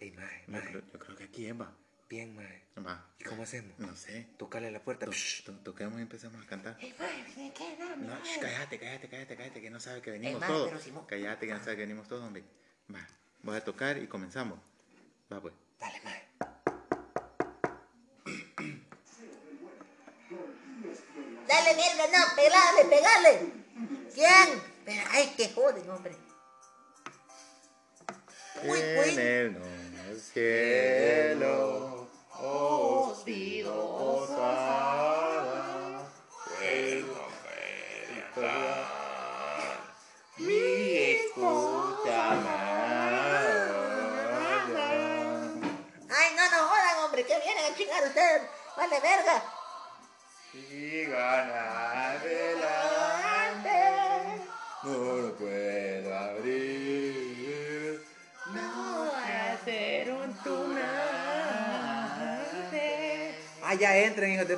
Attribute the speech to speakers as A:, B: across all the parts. A: Ey, mae,
B: Yo
A: mae.
B: creo, yo creo que aquí es, va.
A: Bien, mae.
B: Va.
A: ¿Y cómo hacemos?
B: No sé.
A: Tocale la puerta.
B: To-
A: Shh.
B: to- Toquemos y empezamos a cantar.
C: Ey, mae, ¿de qué edad, mi
B: No,
C: mae?
B: sh, cállate, cállate, cállate, cállate, que no sabe que venimos
C: ma,
B: todos.
C: pero si mo-
B: Cállate, que no sabe que venimos todos, hombre. Va, voy a tocar y comenzamos. Va, pues.
A: Dale, mae.
C: Dale, mierda, no, pegale, pegale. ¿Quién? Pero, ay, que joden, hombre. Uy,
B: En
C: uy.
B: el nuevo cielo os osada, pues mi escucha amada.
C: Ay, no, no jodan, hombre, que vienen a chingar ustedes. Vale, verga.
B: Y ganar adelante, no lo puedo abrir. No voy a hacer un tunante.
A: Ah, ya entren, hijos de.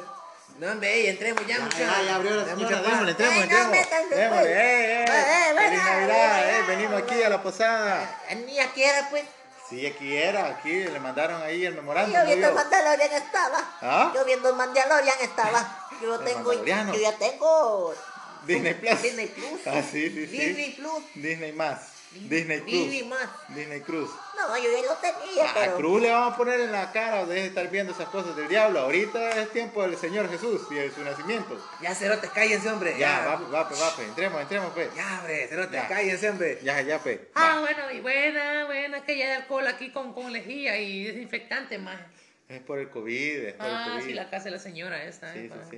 A: No, hombre, ey,
C: Pues
A: entremos ya,
B: Ya,
A: muchachos.
B: ya, ya abrió la
A: Ya,
B: señora,
A: muchachos.
B: démosle, entremos,
C: Ay, no,
B: entremos.
C: métanse, pues.
B: Démosle, eh, eh.
C: Eh, eh,
B: Feliz
C: buena,
B: Navidad,
C: buena,
B: eh, venimos aquí a la posada.
C: A mí aquí era, pues.
B: Sí, aquí era, aquí le mandaron ahí el memorándum.
C: Yo
B: ¿no
C: viendo
B: vio?
C: Mandalorian estaba.
B: ¿Ah?
C: Yo viendo Mandalorian estaba. Yo
B: El
C: tengo.
B: Mandaloriano.
C: Yo ya tengo.
B: Disney Plus.
C: Disney Plus.
B: Ah, sí, sí, sí.
C: Disney Plus.
B: Disney más. Disney Cruz.
C: Disney más.
B: Disney Cruz.
C: No, yo ya lo tenía,
B: A
C: pero.
B: Cruz le vamos a poner en la cara, deje de estar viendo esas cosas del diablo. Ahorita es tiempo del Señor Jesús y de su nacimiento.
A: Ya, cerotes, cállense, hombre.
B: Ya, va, pe, va, pe, va, pe. entremos, entremos, pues.
A: Ya, hombre, cerotes,
B: Ya.
A: cállense, hombre.
B: Ya, ya, pues.
D: Ah, bueno, y buena, buena, que ya hay alcohol aquí con, con lejía y desinfectante más.
B: Es por el COVID, es por
D: Ah,
B: el COVID.
D: sí, la casa de la señora esta.
B: sí,
D: eh,
B: sí,
D: pa.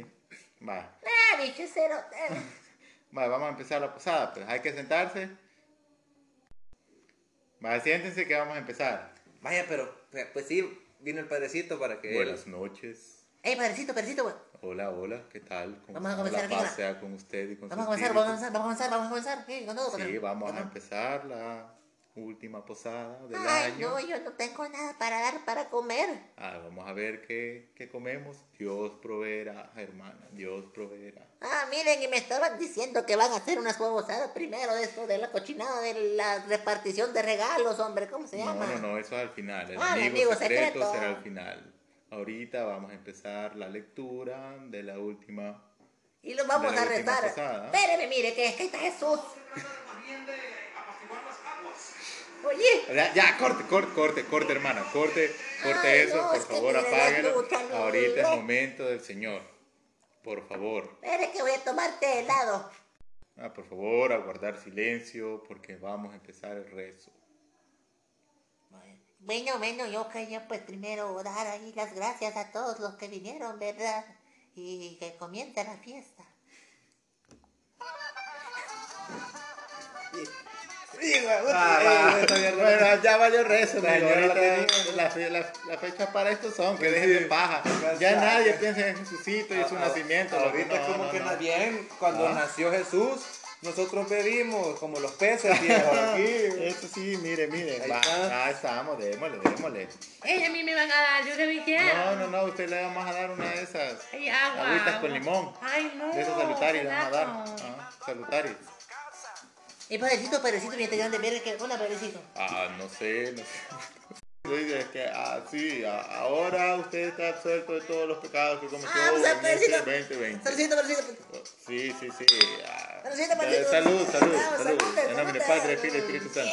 B: sí. Va.
C: Ah, bicho, cero. eh.
B: Vale, vamos a empezar la posada, pues. Hay que sentarse. Vale, siéntense que vamos a empezar.
A: Vaya, pero, pe- pues sí, vino el padrecito para que.
B: Buenas noches.
C: Ey, Eh, padrecito, padrecito, pues, güey.
B: Hola, hola, ¿qué tal? ¿Cómo
C: Vamos a
B: está?
C: comenzar aquí,
B: La paz
C: hola.
B: sea con usted y con
C: Vamos
B: su
C: a comenzar,
B: espíritu.
C: vamos a comenzar, vamos a comenzar, vamos a comenzar. Sí, con todo, con
B: Sí,
C: todo.
B: vamos a
C: Con todo.
B: empezar la última posada del
C: Ay,
B: año.
C: no, yo no tengo nada para dar para comer.
B: Ah, vamos a ver qué, qué comemos. Dios proveerá, hermana, Dios proveerá.
C: Ah, miren, y me estaban diciendo que van a hacer unas babosadas primero de esto, de la cochinada, de la repartición de regalos, hombre, ¿cómo se
B: No,
C: llama?
B: no, no, eso es al final. El
C: Ah,
B: amigo, secreto,
C: secreto.
B: será al final. Ahorita vamos a empezar la lectura de la última.
C: Y los vamos
B: De la
C: a
B: última
C: rezar.
B: posada.
C: Espéreme, mire, que es que está Jesús. Oye,
B: Ya, ya, corte, corte, corte, corte, hermana, corte, corte
C: Ay,
B: eso,
C: no,
B: por
C: es que
B: favor,
C: mire, la
B: apáguelo.
C: lucha, la
B: Ahorita
C: lucha.
B: es momento del Señor. Por favor.
C: espere que voy a tomarte helado.
B: Ah, por favor, a guardar silencio porque vamos a empezar el rezo.
C: Bueno, bueno, yo quería pues primero dar ahí las gracias a todos los que vinieron, ¿verdad? Y que comience la fiesta.
A: Sí, güey,
B: Ah,
A: ey,
B: va.
A: güey, todavía no-
B: Bueno, ya valió rezo,
A: Todavía
B: amigo.
A: no la
B: Ahorita
A: tenía.
B: la, fe- la- la fecha para estos son, que dejen de paja.
A: Pues
B: Ya
A: ya,
B: nadie
A: pues.
B: piensa en Jesucito y
A: Ah,
B: su
A: ah,
B: nacimiento.
A: Ahorita es
B: No,
A: como
B: no,
A: que
B: no.
A: no bien. Cuando
B: Ah.
A: nació Jesús, nosotros bebimos como los peces, viejo, aquí.
B: Eso sí, mire, mire.
A: Ahí
B: Va,
A: está.
B: ahí estamos, démosle, démosle.
D: Ey, a mí me van a dar, yo que me
B: No,
D: quiero.
B: no, no, usted le vamos a dar una de esas.
D: Ay, agua.
B: Agüitas con
D: agua.
B: limón.
D: Ay, no.
B: De esas salutaris le vamos a dar.
D: Nacho.
B: Ah, salutaris.
A: Eh,
C: Y padrecito, padrecito, mi grande, mire que, hola, padrecito.
B: Ah, no sé, no sé. Dice que ah, sí, a- ahora usted está absuelto de todos los pecados que cometió
C: Ah, pues,
B: en este
C: padrecito.
B: 2020.
C: Padrecito, padrecito.
B: Sí, sí, sí. ah.
C: Saludcita, Marcito.
B: salud, salud,
C: Ah,
B: salud.
C: salud,
B: En nombre del
C: salud.
B: Padre, Hijo y Espíritu Santo.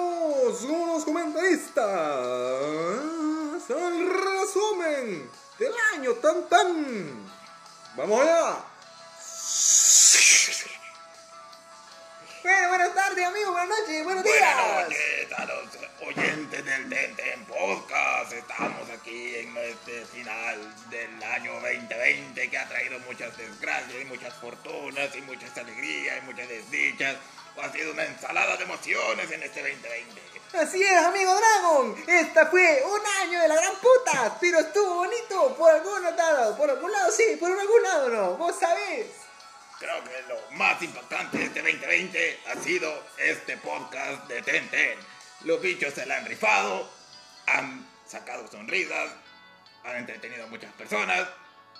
E: con los comentaristas al resumen del año tan tan. Vamos allá.
A: Bueno, buenas tardes, amigos, buenas noches, buenos días.
B: oyentes del, del, del podcast. Estamos aquí en este final del año 2020 que ha traído muchas desgracias y muchas fortunas y muchas alegrías y muchas desdichas. Ha sido una ensalada de emociones en este 2020.
A: Así es, amigo Dragon. Esta fue un año de la gran puta, pero estuvo bonito por algún lado. Por algún lado sí, por algún lado no. Vos sabés.
B: Creo que lo más impactante de este 2020 ha sido este podcast de Ten Ten. Los bichos se la han rifado, han sacado sonrisas, han entretenido a muchas personas,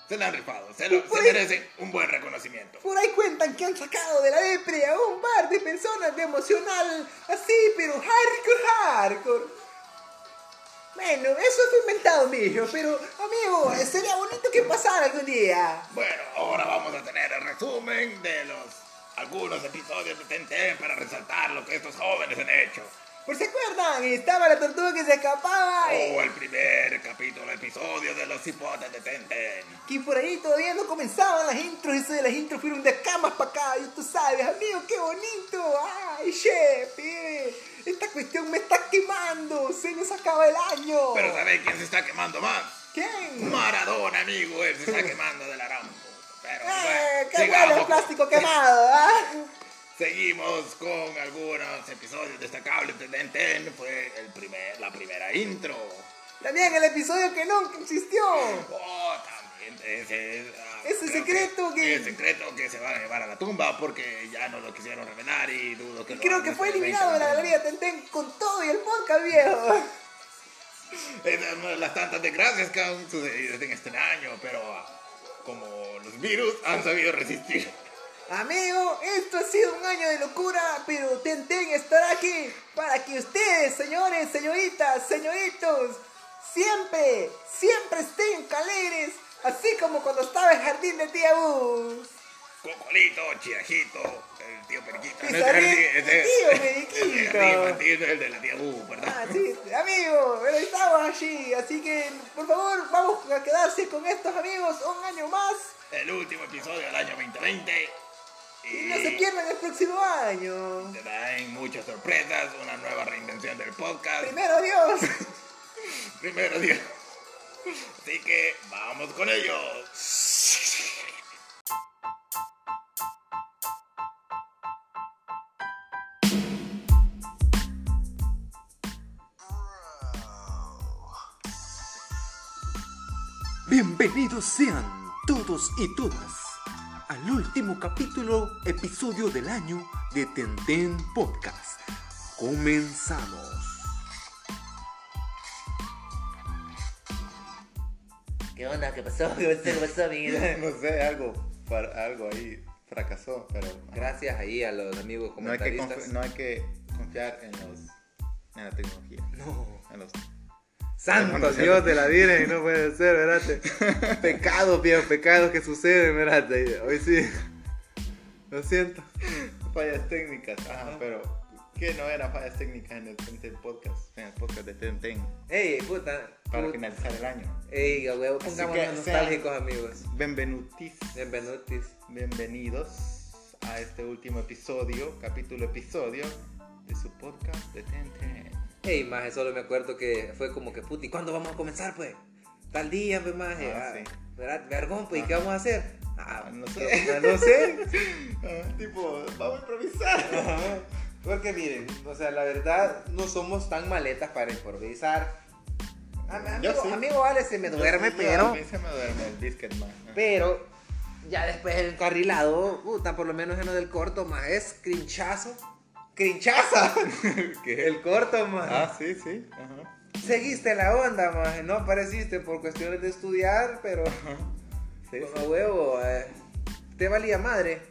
B: se la han rifado, se, lo- se merecen un buen reconocimiento.
A: Por ahí cuentan que han sacado de la depre a un par de personas de emocional así, pero hardcore, hardcore. Bueno, eso fue inventado mío, pero amigo, sería bonito que pasara algún día.
B: Bueno, ahora vamos a tener el resumen de los algunos episodios de Ten Ten para resaltar lo que estos jóvenes han hecho.
A: ¿Por se acuerdan? Estaba la tortuga que se escapaba. eh,
B: O el primer capítulo, episodio de los hipotes de Ten Ten.
A: Que por ahí todavía no comenzaban las intros, eso de las intros fueron de camas para acá, y tú sabes, amigo, qué bonito. Ay, chef, eh, esta cuestión me está quemando, se nos acaba el año.
B: Pero ¿sabéis quién se está quemando más?
A: ¿Quién?
B: Maradona, amigo, él se está quemando del arambo.
A: Eh,
B: Pero bueno,
A: ¡Qué bueno el
B: sigamos.
A: plástico quemado! ¿ah?
B: Seguimos con algunos episodios destacables de Ten Ten. Fue el primer, la primera intro.
A: También el episodio que nunca existió.
B: Oh, también ese, es, ah,
A: Ese
B: creo
A: secreto que-
B: Ese secreto que se va a llevar a la tumba porque ya no lo quisieron revelar y dudo que... lo
A: Creo
B: hagan
A: que
B: en
A: fue
B: este
A: eliminado de la
B: 2020.
A: galería Tenten con todo y el podcast viejo.
B: Esa es una de las tantas desgracias que han sucedido en este año, pero ah, como los virus han sabido resistir.
A: Amigo, esto ha sido un año de locura, pero Tenten estará aquí para que ustedes, señores, señoritas, señoritos, siempre, siempre estén alegres, así como cuando estaba el jardín de tía Bus.
B: Cocolito, Chiajito, el tío Periquita.
A: Pizarrín,
B: no, el jardín, ese-
A: tío
B: El de
A: Periquito.
B: jardín infantil, el de la tía Bu, ¿verdad?
A: Ah, sí, amigo, pero estamos allí, así que por favor vamos a quedarse con estos amigos un año más
B: El último episodio del año 2020.
A: y no
F: Eh.
A: se pierdan el próximo año.
B: Te traen muchas sorpresas, una nueva reinvención del podcast.
A: Primero Dios.
B: Primero, Dios. Así que vamos con ellos.
G: Bienvenidos sean todos y todas al último capítulo, episodio del año de Tenten Podcast. Comenzamos.
C: ¿Qué onda? ¿Qué pasó? ¿Qué pasó? ¿Qué pasó, amiguito?
H: No sé, algo, far- algo ahí fracasó, pero
A: Gracias ahí a los amigos
H: no hay, que confi- no hay que confiar en los en la tecnología.
G: No.
H: En los
A: Santo Dios de la Virgen, no puede ser, ¿verdad? Pecados, viejo, pecados que suceden, ¿verdad? Hoy sí. Lo siento.
H: fallas técnicas, ajá, pero que no eran fallas técnicas en el Tenten podcast, en el podcast de Tenten
A: Ey, puta.
H: para finalizar el año.
A: Ey, a huevo,
H: pongámonos nostálgicos,
A: amigos.
H: Benvenutis,
A: Bienvenidos.
H: bienvenidos a este último episodio, capítulo episodio de su podcast de Tenten.
F: Ey, maje, solo me acuerdo que fue como que, puti, ¿cuándo vamos a comenzar, pues? Tal día, pues, maje.
H: Ah,
F: Ah,
H: sí.
F: ¿Verdad? Vergón, pues, ¿y qué vamos a hacer? Ah,
H: No
F: no
H: sé.
F: sé. No sé.
H: Ah, tipo, vamos a improvisar.
A: Ajá. Porque miren, o sea, la verdad, no somos tan maletas para improvisar. Am-
H: Yo
A: Amigo,
H: sí.
A: amigo vale, se me duerme,
H: Yo- A
A: pero.
H: mí se me duerme el disquet man.
A: Pero, ya después el encarrilado, puta, por lo menos en lo del corto, más es crinchazo. ¡Crinchaza!
H: ¿Qué?
A: El corto, más.
H: Ah, sí, sí. Ajá.
A: Seguiste la onda, más. No apareciste por cuestiones de estudiar, pero.
H: Sí,
A: Como a huevo, eh, te valía madre.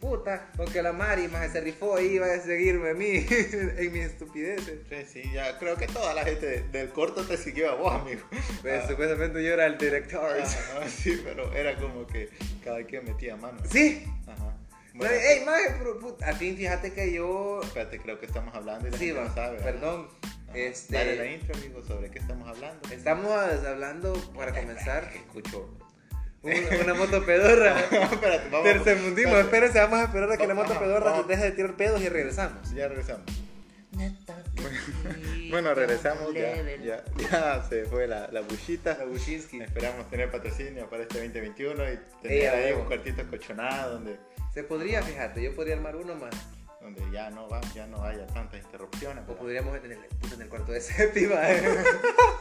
A: Puta, porque la Mari más se rifó y iba a seguirme a mí en mis estupideces.
H: sí, sí, ya creo que toda la gente de- del corto te siguió a vos, amigo.
A: Pues
H: Ah.
A: supuestamente yo era el director.
H: Ajá, sí, pero era como que cada quien metía mano.
A: Sí.
H: Ajá.
A: No, ey, maje, pero puta, al fin fíjate que yo.
H: espérate, creo que estamos hablando y la
A: Sí,
H: gente
A: va,
H: no sabe. ¿verdad?
A: perdón.
H: Ajá.
A: Este,
H: Dale la intro, amigo, sobre qué estamos hablando.
A: estamos hablando para comenzar.
H: Escucho.
A: Una, una moto pedorra.
H: espérate, vamos.
A: Tercermundismo,
H: espérate.
A: espérense, vamos a esperar a que la moto
H: Ajá,
A: pedorra
H: vamos.
A: deje de tirar pedos y regresamos.
H: Ya regresamos.
B: Bueno, regresamos. Ya,
D: Level.
B: ya, ya se fue la, la bullita.
A: La Bushinsky.
B: Esperamos tener patrocinio para este 2021 y
A: Ey,
B: tener
A: a
B: ahí
A: huevo.
B: un cuartito colchonado donde,
A: Se podría, fíjate, yo podría armar uno más.
B: donde ya, no va, ya no haya tantas interrupciones.
A: O
B: ¿verdad?
A: podríamos en el, puta, en el cuarto de séptima. ¿eh?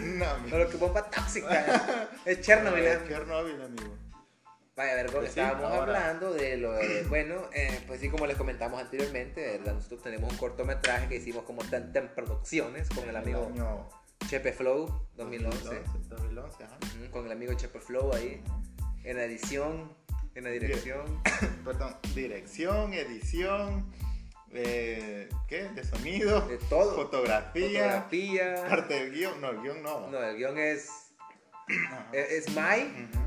B: No, mi-
A: Pero que bomba tóxica. Es
B: Chernobyl,
A: Chernobyl. ¿eh?
B: amigo.
A: Vaya, vergón,
B: Pues sí,
A: estábamos
B: ahora-
A: hablando de lo de, bueno, eh, pues sí, como les comentamos anteriormente, ¿verdad? nosotros tenemos un cortometraje que hicimos como Tantan Producciones con el amigo
B: año
A: Chepe Flow 2011,
B: 2011, ajá.
A: Ujú, con el amigo Chepe Flow ahí, en la edición, en la dirección,
B: Perdón, dirección, edición, eh, ¿qué? De sonido,
A: de todo,
B: fotografía,
A: fotografía,
B: parte del guión. No, el guión no.
A: no, el guión es,
B: Ajá.
A: es, es Mai,
B: Ujú.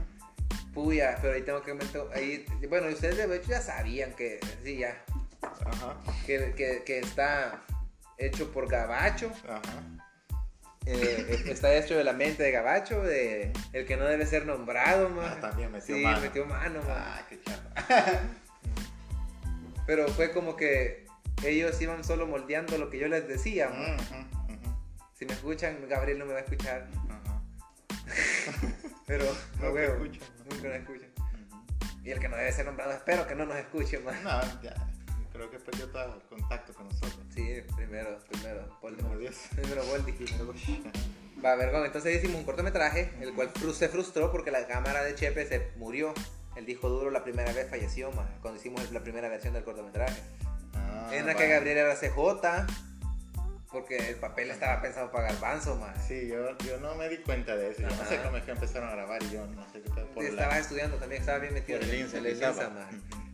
A: Puya, pero ahí tengo que meter, ahí, bueno, ustedes de hecho ya sabían que, sí, ya,
B: Ajá,
A: que, que, que está hecho por Gabacho.
B: ajá.
A: Eh, está hecho de la mente de Gabacho, de el que no debe ser nombrado, man.
B: Ah, también metió
A: sí,
B: mano.
A: metió mano, man.
B: Ah, qué chato.
A: Pero fue como que ellos iban solo moldeando lo que yo les decía,
B: Ah.
A: man.
B: Ujú, ujú,
A: Si me escuchan, Gabriel no me va a escuchar,
B: ajá.
A: pero
B: No
A: no
B: te
A: veo.
B: escuchan, man.
A: Nunca nos escuchan. Y el que no debe ser nombrado, espero que no nos escuche, man.
B: No, ya. Creo que perdió todo el contacto con nosotros.
A: Sí, primero, primero,
B: Por
A: Voldemort.
B: Dios.
A: Primero Voldemort. pues, Va, vergón, entonces hicimos un cortometraje, el cual fru- se frustró porque la cámara de Chepe se murió. El disco duro la primera vez falleció, ma, cuando hicimos la primera versión del cortometraje.
B: Ah,
A: en la que
B: vale.
A: Gabriel era CJ, porque el papel estaba pensado para Garbanzo, ma.
B: Sí, yo, yo no me di cuenta de eso. Yo no sé
A: Ajá.
B: cómo es que empezaron a grabar y yo no sé qué tal. Por
A: estaba
B: la...
A: estudiando también, estaba bien metido
B: por el
A: en
B: INSA
A: en
B: que
A: INSA,
B: estaba. Mm.
A: ma.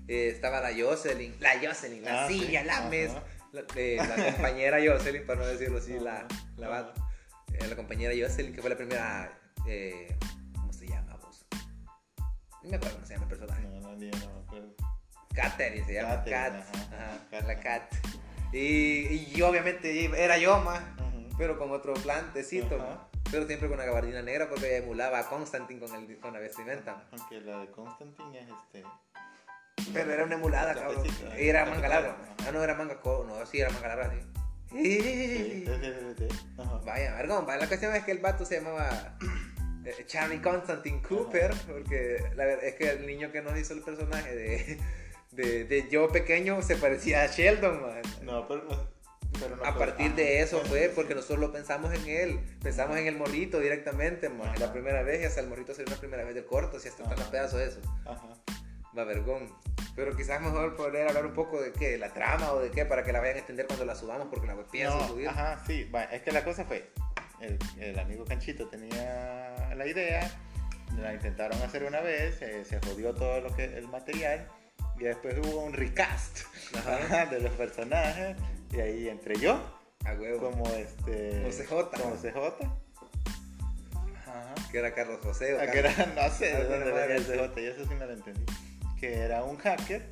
A: Eh, estaba la Jocelyn, la Jocelyn, la
B: Ah, sí,
A: silla, la
B: ajá.
A: mesa, la, eh, la compañera Jocelyn, para no decirlo así, la, la,
B: Ajá.
A: vato. Eh, la compañera Jocelyn, que fue la primera, eh, ¿cómo se llama vos? No me acuerdo cómo se llama el personaje.
B: No, no, yo no me acuerdo.
A: Katherine se llama, Kat,
B: Katherine, ajá.
A: ajá,
B: Kat.
A: la Kat. Y, y obviamente era yo, ma,
B: Ujú.
A: pero con otro plantecito,
B: Ajá.
A: ma, pero siempre con una gabardina negra porque ella emulaba a Constantine con, el, con la vestimenta, ma.
B: Aunque la de Constantine es este.
A: Pero era una emulada,
B: La
A: cabrón.
B: pechita, eh,
A: Era
B: la
A: manga
B: pechita,
A: larga.
B: ajá.
A: Ah, no, era manga co. No, sí, era manga larga,
B: Sí,
A: sí.
B: sí, sí, sí, sí. Ajá.
A: Vaya, vergón. vaya, La cuestión es que el vato se llamaba eh, Charlie Constantine Cooper. Porque la verdad es que el niño que nos hizo el personaje de, de, de yo pequeño se parecía a Sheldon, man.
B: No, pero no. Pero no
A: A
B: fue-
A: partir
B: ah,
A: de eso
B: bueno,
A: fue porque nosotros lo pensamos en él, pensamos en el morrito directamente, man. La primera vez y hasta el morrito sería una primera vez del corto, si hasta están los
B: Ajá.
A: pedazos de eso.
B: Ajá.
A: Va vergón. Pero quizás mejor poder hablar un poco de qué, de la trama o de qué, para que la vayan a entender cuando la subamos, porque la pienso
B: No,
A: subir.
B: Ajá, sí. va, es que la cosa fue: el, el amigo Canchito tenía la idea, la intentaron hacer una vez, eh, se jodió todo lo que, el material y después hubo un recast ajá, de los personajes y ahí entre yo.
A: A huevo.
B: como este
A: Como CJ.
B: como CJ ajá
A: Que era Carlos José. o
B: Ah, que
A: Carlos-
B: era no sé de
A: Alguna
B: dónde venía
A: madre
B: el
A: así.
B: CJ yo eso sí me lo entendí que era un hacker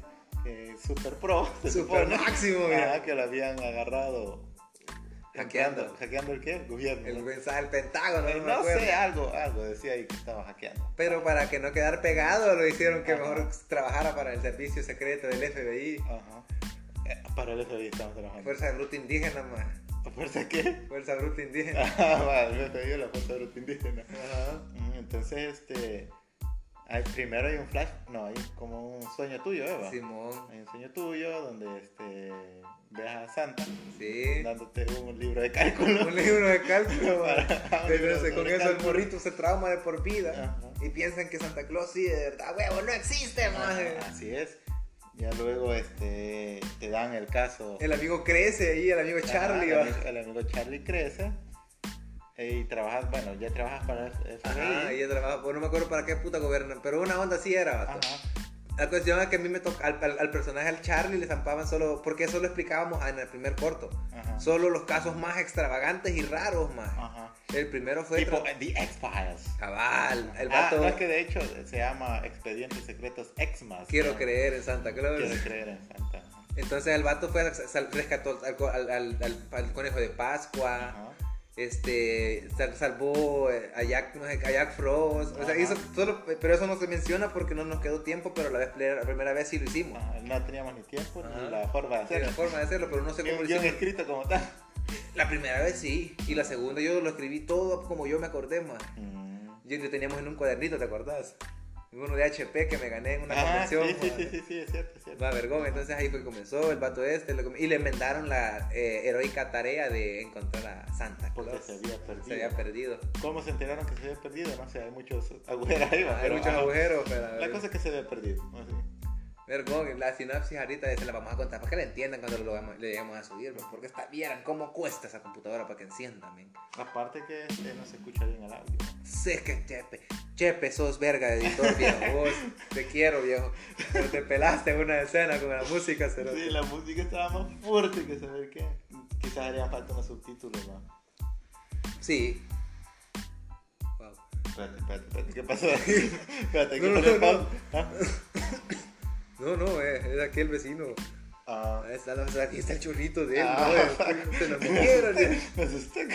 B: eh, super pro se
A: Super
B: supone.
A: máximo,
B: Ajá,
A: mira.
B: que lo habían agarrado
A: Hackeando.
B: entrando- hackeando el qué el gobierno
A: El
B: ¿no?
A: mensaje del Pentágono,
B: Eh,
A: no, me
B: no
A: acuerdo.
B: sé algo algo decía ahí que estaba hackeando
A: Pero para que no quedar pegado, lo hicieron que
B: Ajá. Ah.
A: mejor trabajara para el servicio secreto del FBI.
B: ajá Eh, para el FBI estamos trabajando
A: Fuerza Bruta Indígena, más.
B: fuerza qué
A: Fuerza Bruta Indígena.
B: ah, vale, me dio la fuerza de los indígenas Mm, Entonces, este. hay- primero hay un flash. No, hay como un sueño tuyo, Eva.
A: Simón.
B: Hay un sueño tuyo donde este, ves a Santa
A: Sí.
B: dándote un libro de cálculo.
A: Un libro de cálculo, man.
B: Para- un
A: Pero
B: libro
A: ese- con
B: sobre
A: eso el
B: cálculo.
A: morrito se trauma de por vida.
B: Ajá.
A: Y piensan que Santa Claus sí, de verdad, huevo, no existe, maje.
B: Ajá, Así es. Ya luego este, te dan el caso.
A: El amigo crece ahí, el amigo
B: Ajá,
A: Charlie,
B: el,
A: va.
B: amigo- el amigo Charlie crece. eh, Y trabajas, bueno, ya trabajas para el FBI.
A: Ajá, y ella trabaja, pues no me acuerdo para qué puta gobiernan, pero una onda así era, vato.
B: Ajá.
A: La cuestión es que a mí me tocó, al, al- al personaje, al Charlie, le zampaban solo, porque eso lo explicábamos en el primer corto.
B: Ajá.
A: Solo los casos más extravagantes y raros, más.
B: Ajá.
A: El primero fue...
B: tipo
A: tra-
B: eh, The X-Files.
A: Cabal, el
B: Ah,
A: vato...
B: no, es que de hecho se llama Expedientes Secretos Exmas.
A: Quiero
B: ¿no?
A: creer en Santa Claus.
B: Quiero creer en Santa.
A: Entonces el vato fue, sal- rescató al, al- al- al- al conejo de Pascua,
B: Ajá.
A: este, sal- salvó eh, a Jack, no sé, a Jack Frost, o sea,
B: Ajá.
A: hizo todo, lo- pero eso no se menciona porque no nos quedó tiempo, pero la, vez, la primera vez sí lo hicimos.
B: Ajá, No teníamos ni tiempo
A: Ajá.
B: ni la forma
A: Sí,
B: de
A: la
B: hacerlo.
A: forma de hacerlo, pero no sé
B: Ni
A: cómo
B: un
A: lo
B: guión
A: hicimos.
B: escrito como tal.
A: La primera vez sí, y la segunda yo lo escribí todo como yo me acordé, más.
B: Mm.
A: Yo lo teníamos en un cuadernito, ¿te acordás? Uno de HP que me gané en una
B: Ah, sí,
A: convención.
B: sí,
A: ma.
B: sí, sí, sí, es cierto, es cierto.
A: Va, Vergón, entonces ahí fue que comenzó el vato este lo com- y le enmendaron la eh, heroica tarea de encontrar a Santa Claus.
B: Porque se había perdido.
A: Se había perdido.
B: ¿Cómo se enteraron que se había perdido? No sé, hay muchos agujeros ahí, va,
A: Hay
B: pero,
A: muchos
B: ajá.
A: agujeros, pero.
B: La cosa es que se había perdido. ¿no? Sí.
A: Vergón, la sinapsis ahorita se la vamos a contar para que la entiendan cuando lo hagamos- le lleguemos a subir, pues, porque está, vieran cómo cuesta esa computadora para que enciendan, men.
B: Aparte que este, no se escucha bien el audio.
A: Sé que Chepe, Chepe, sos verga, editor, viejo. Vos, te quiero, viejo. Pero te pelaste en una escena con la música, pero.
B: Sí, la música estaba más fuerte que saber qué. Quizás haría falta unos subtítulos, ¿no?
A: Sí. Wow.
B: Espérate, espérate, espérate, ¿qué pasó? espérate, ¿qué
A: No, no,
B: pasó?
A: no.
B: ¿Ah?
A: No, no, eh, es aquel vecino.
B: Ah,
A: Ahí está, la- aquí está el chorrito de él,
B: Ah.
A: ¿no? Se lo metieron. eh.
B: me asusté.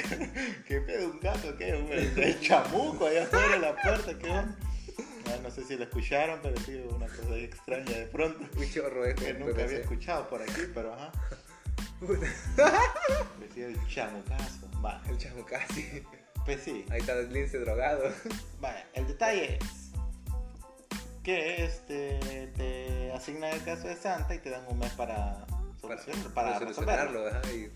B: ¿Qué pedo? ¿Un gato? ¿Qué? Un el chamuco allá afuera de la puerta. ¿Qué onda? Ah, no sé si lo escucharon, pero sí, hubo una cosa ahí extraña de pronto.
A: Un chorro esto.
B: Que nunca había escuchado por aquí, pero ajá. Me decía el chamucazo. Va,
A: El chamucasi.
B: pues sí.
A: Ahí está el lince drogado.
B: Vaya, el detalle es que este te asignan el caso de Santa y te dan un mes para solucionarlo, para, resolverlo.
A: solucionarlo, ajá. y-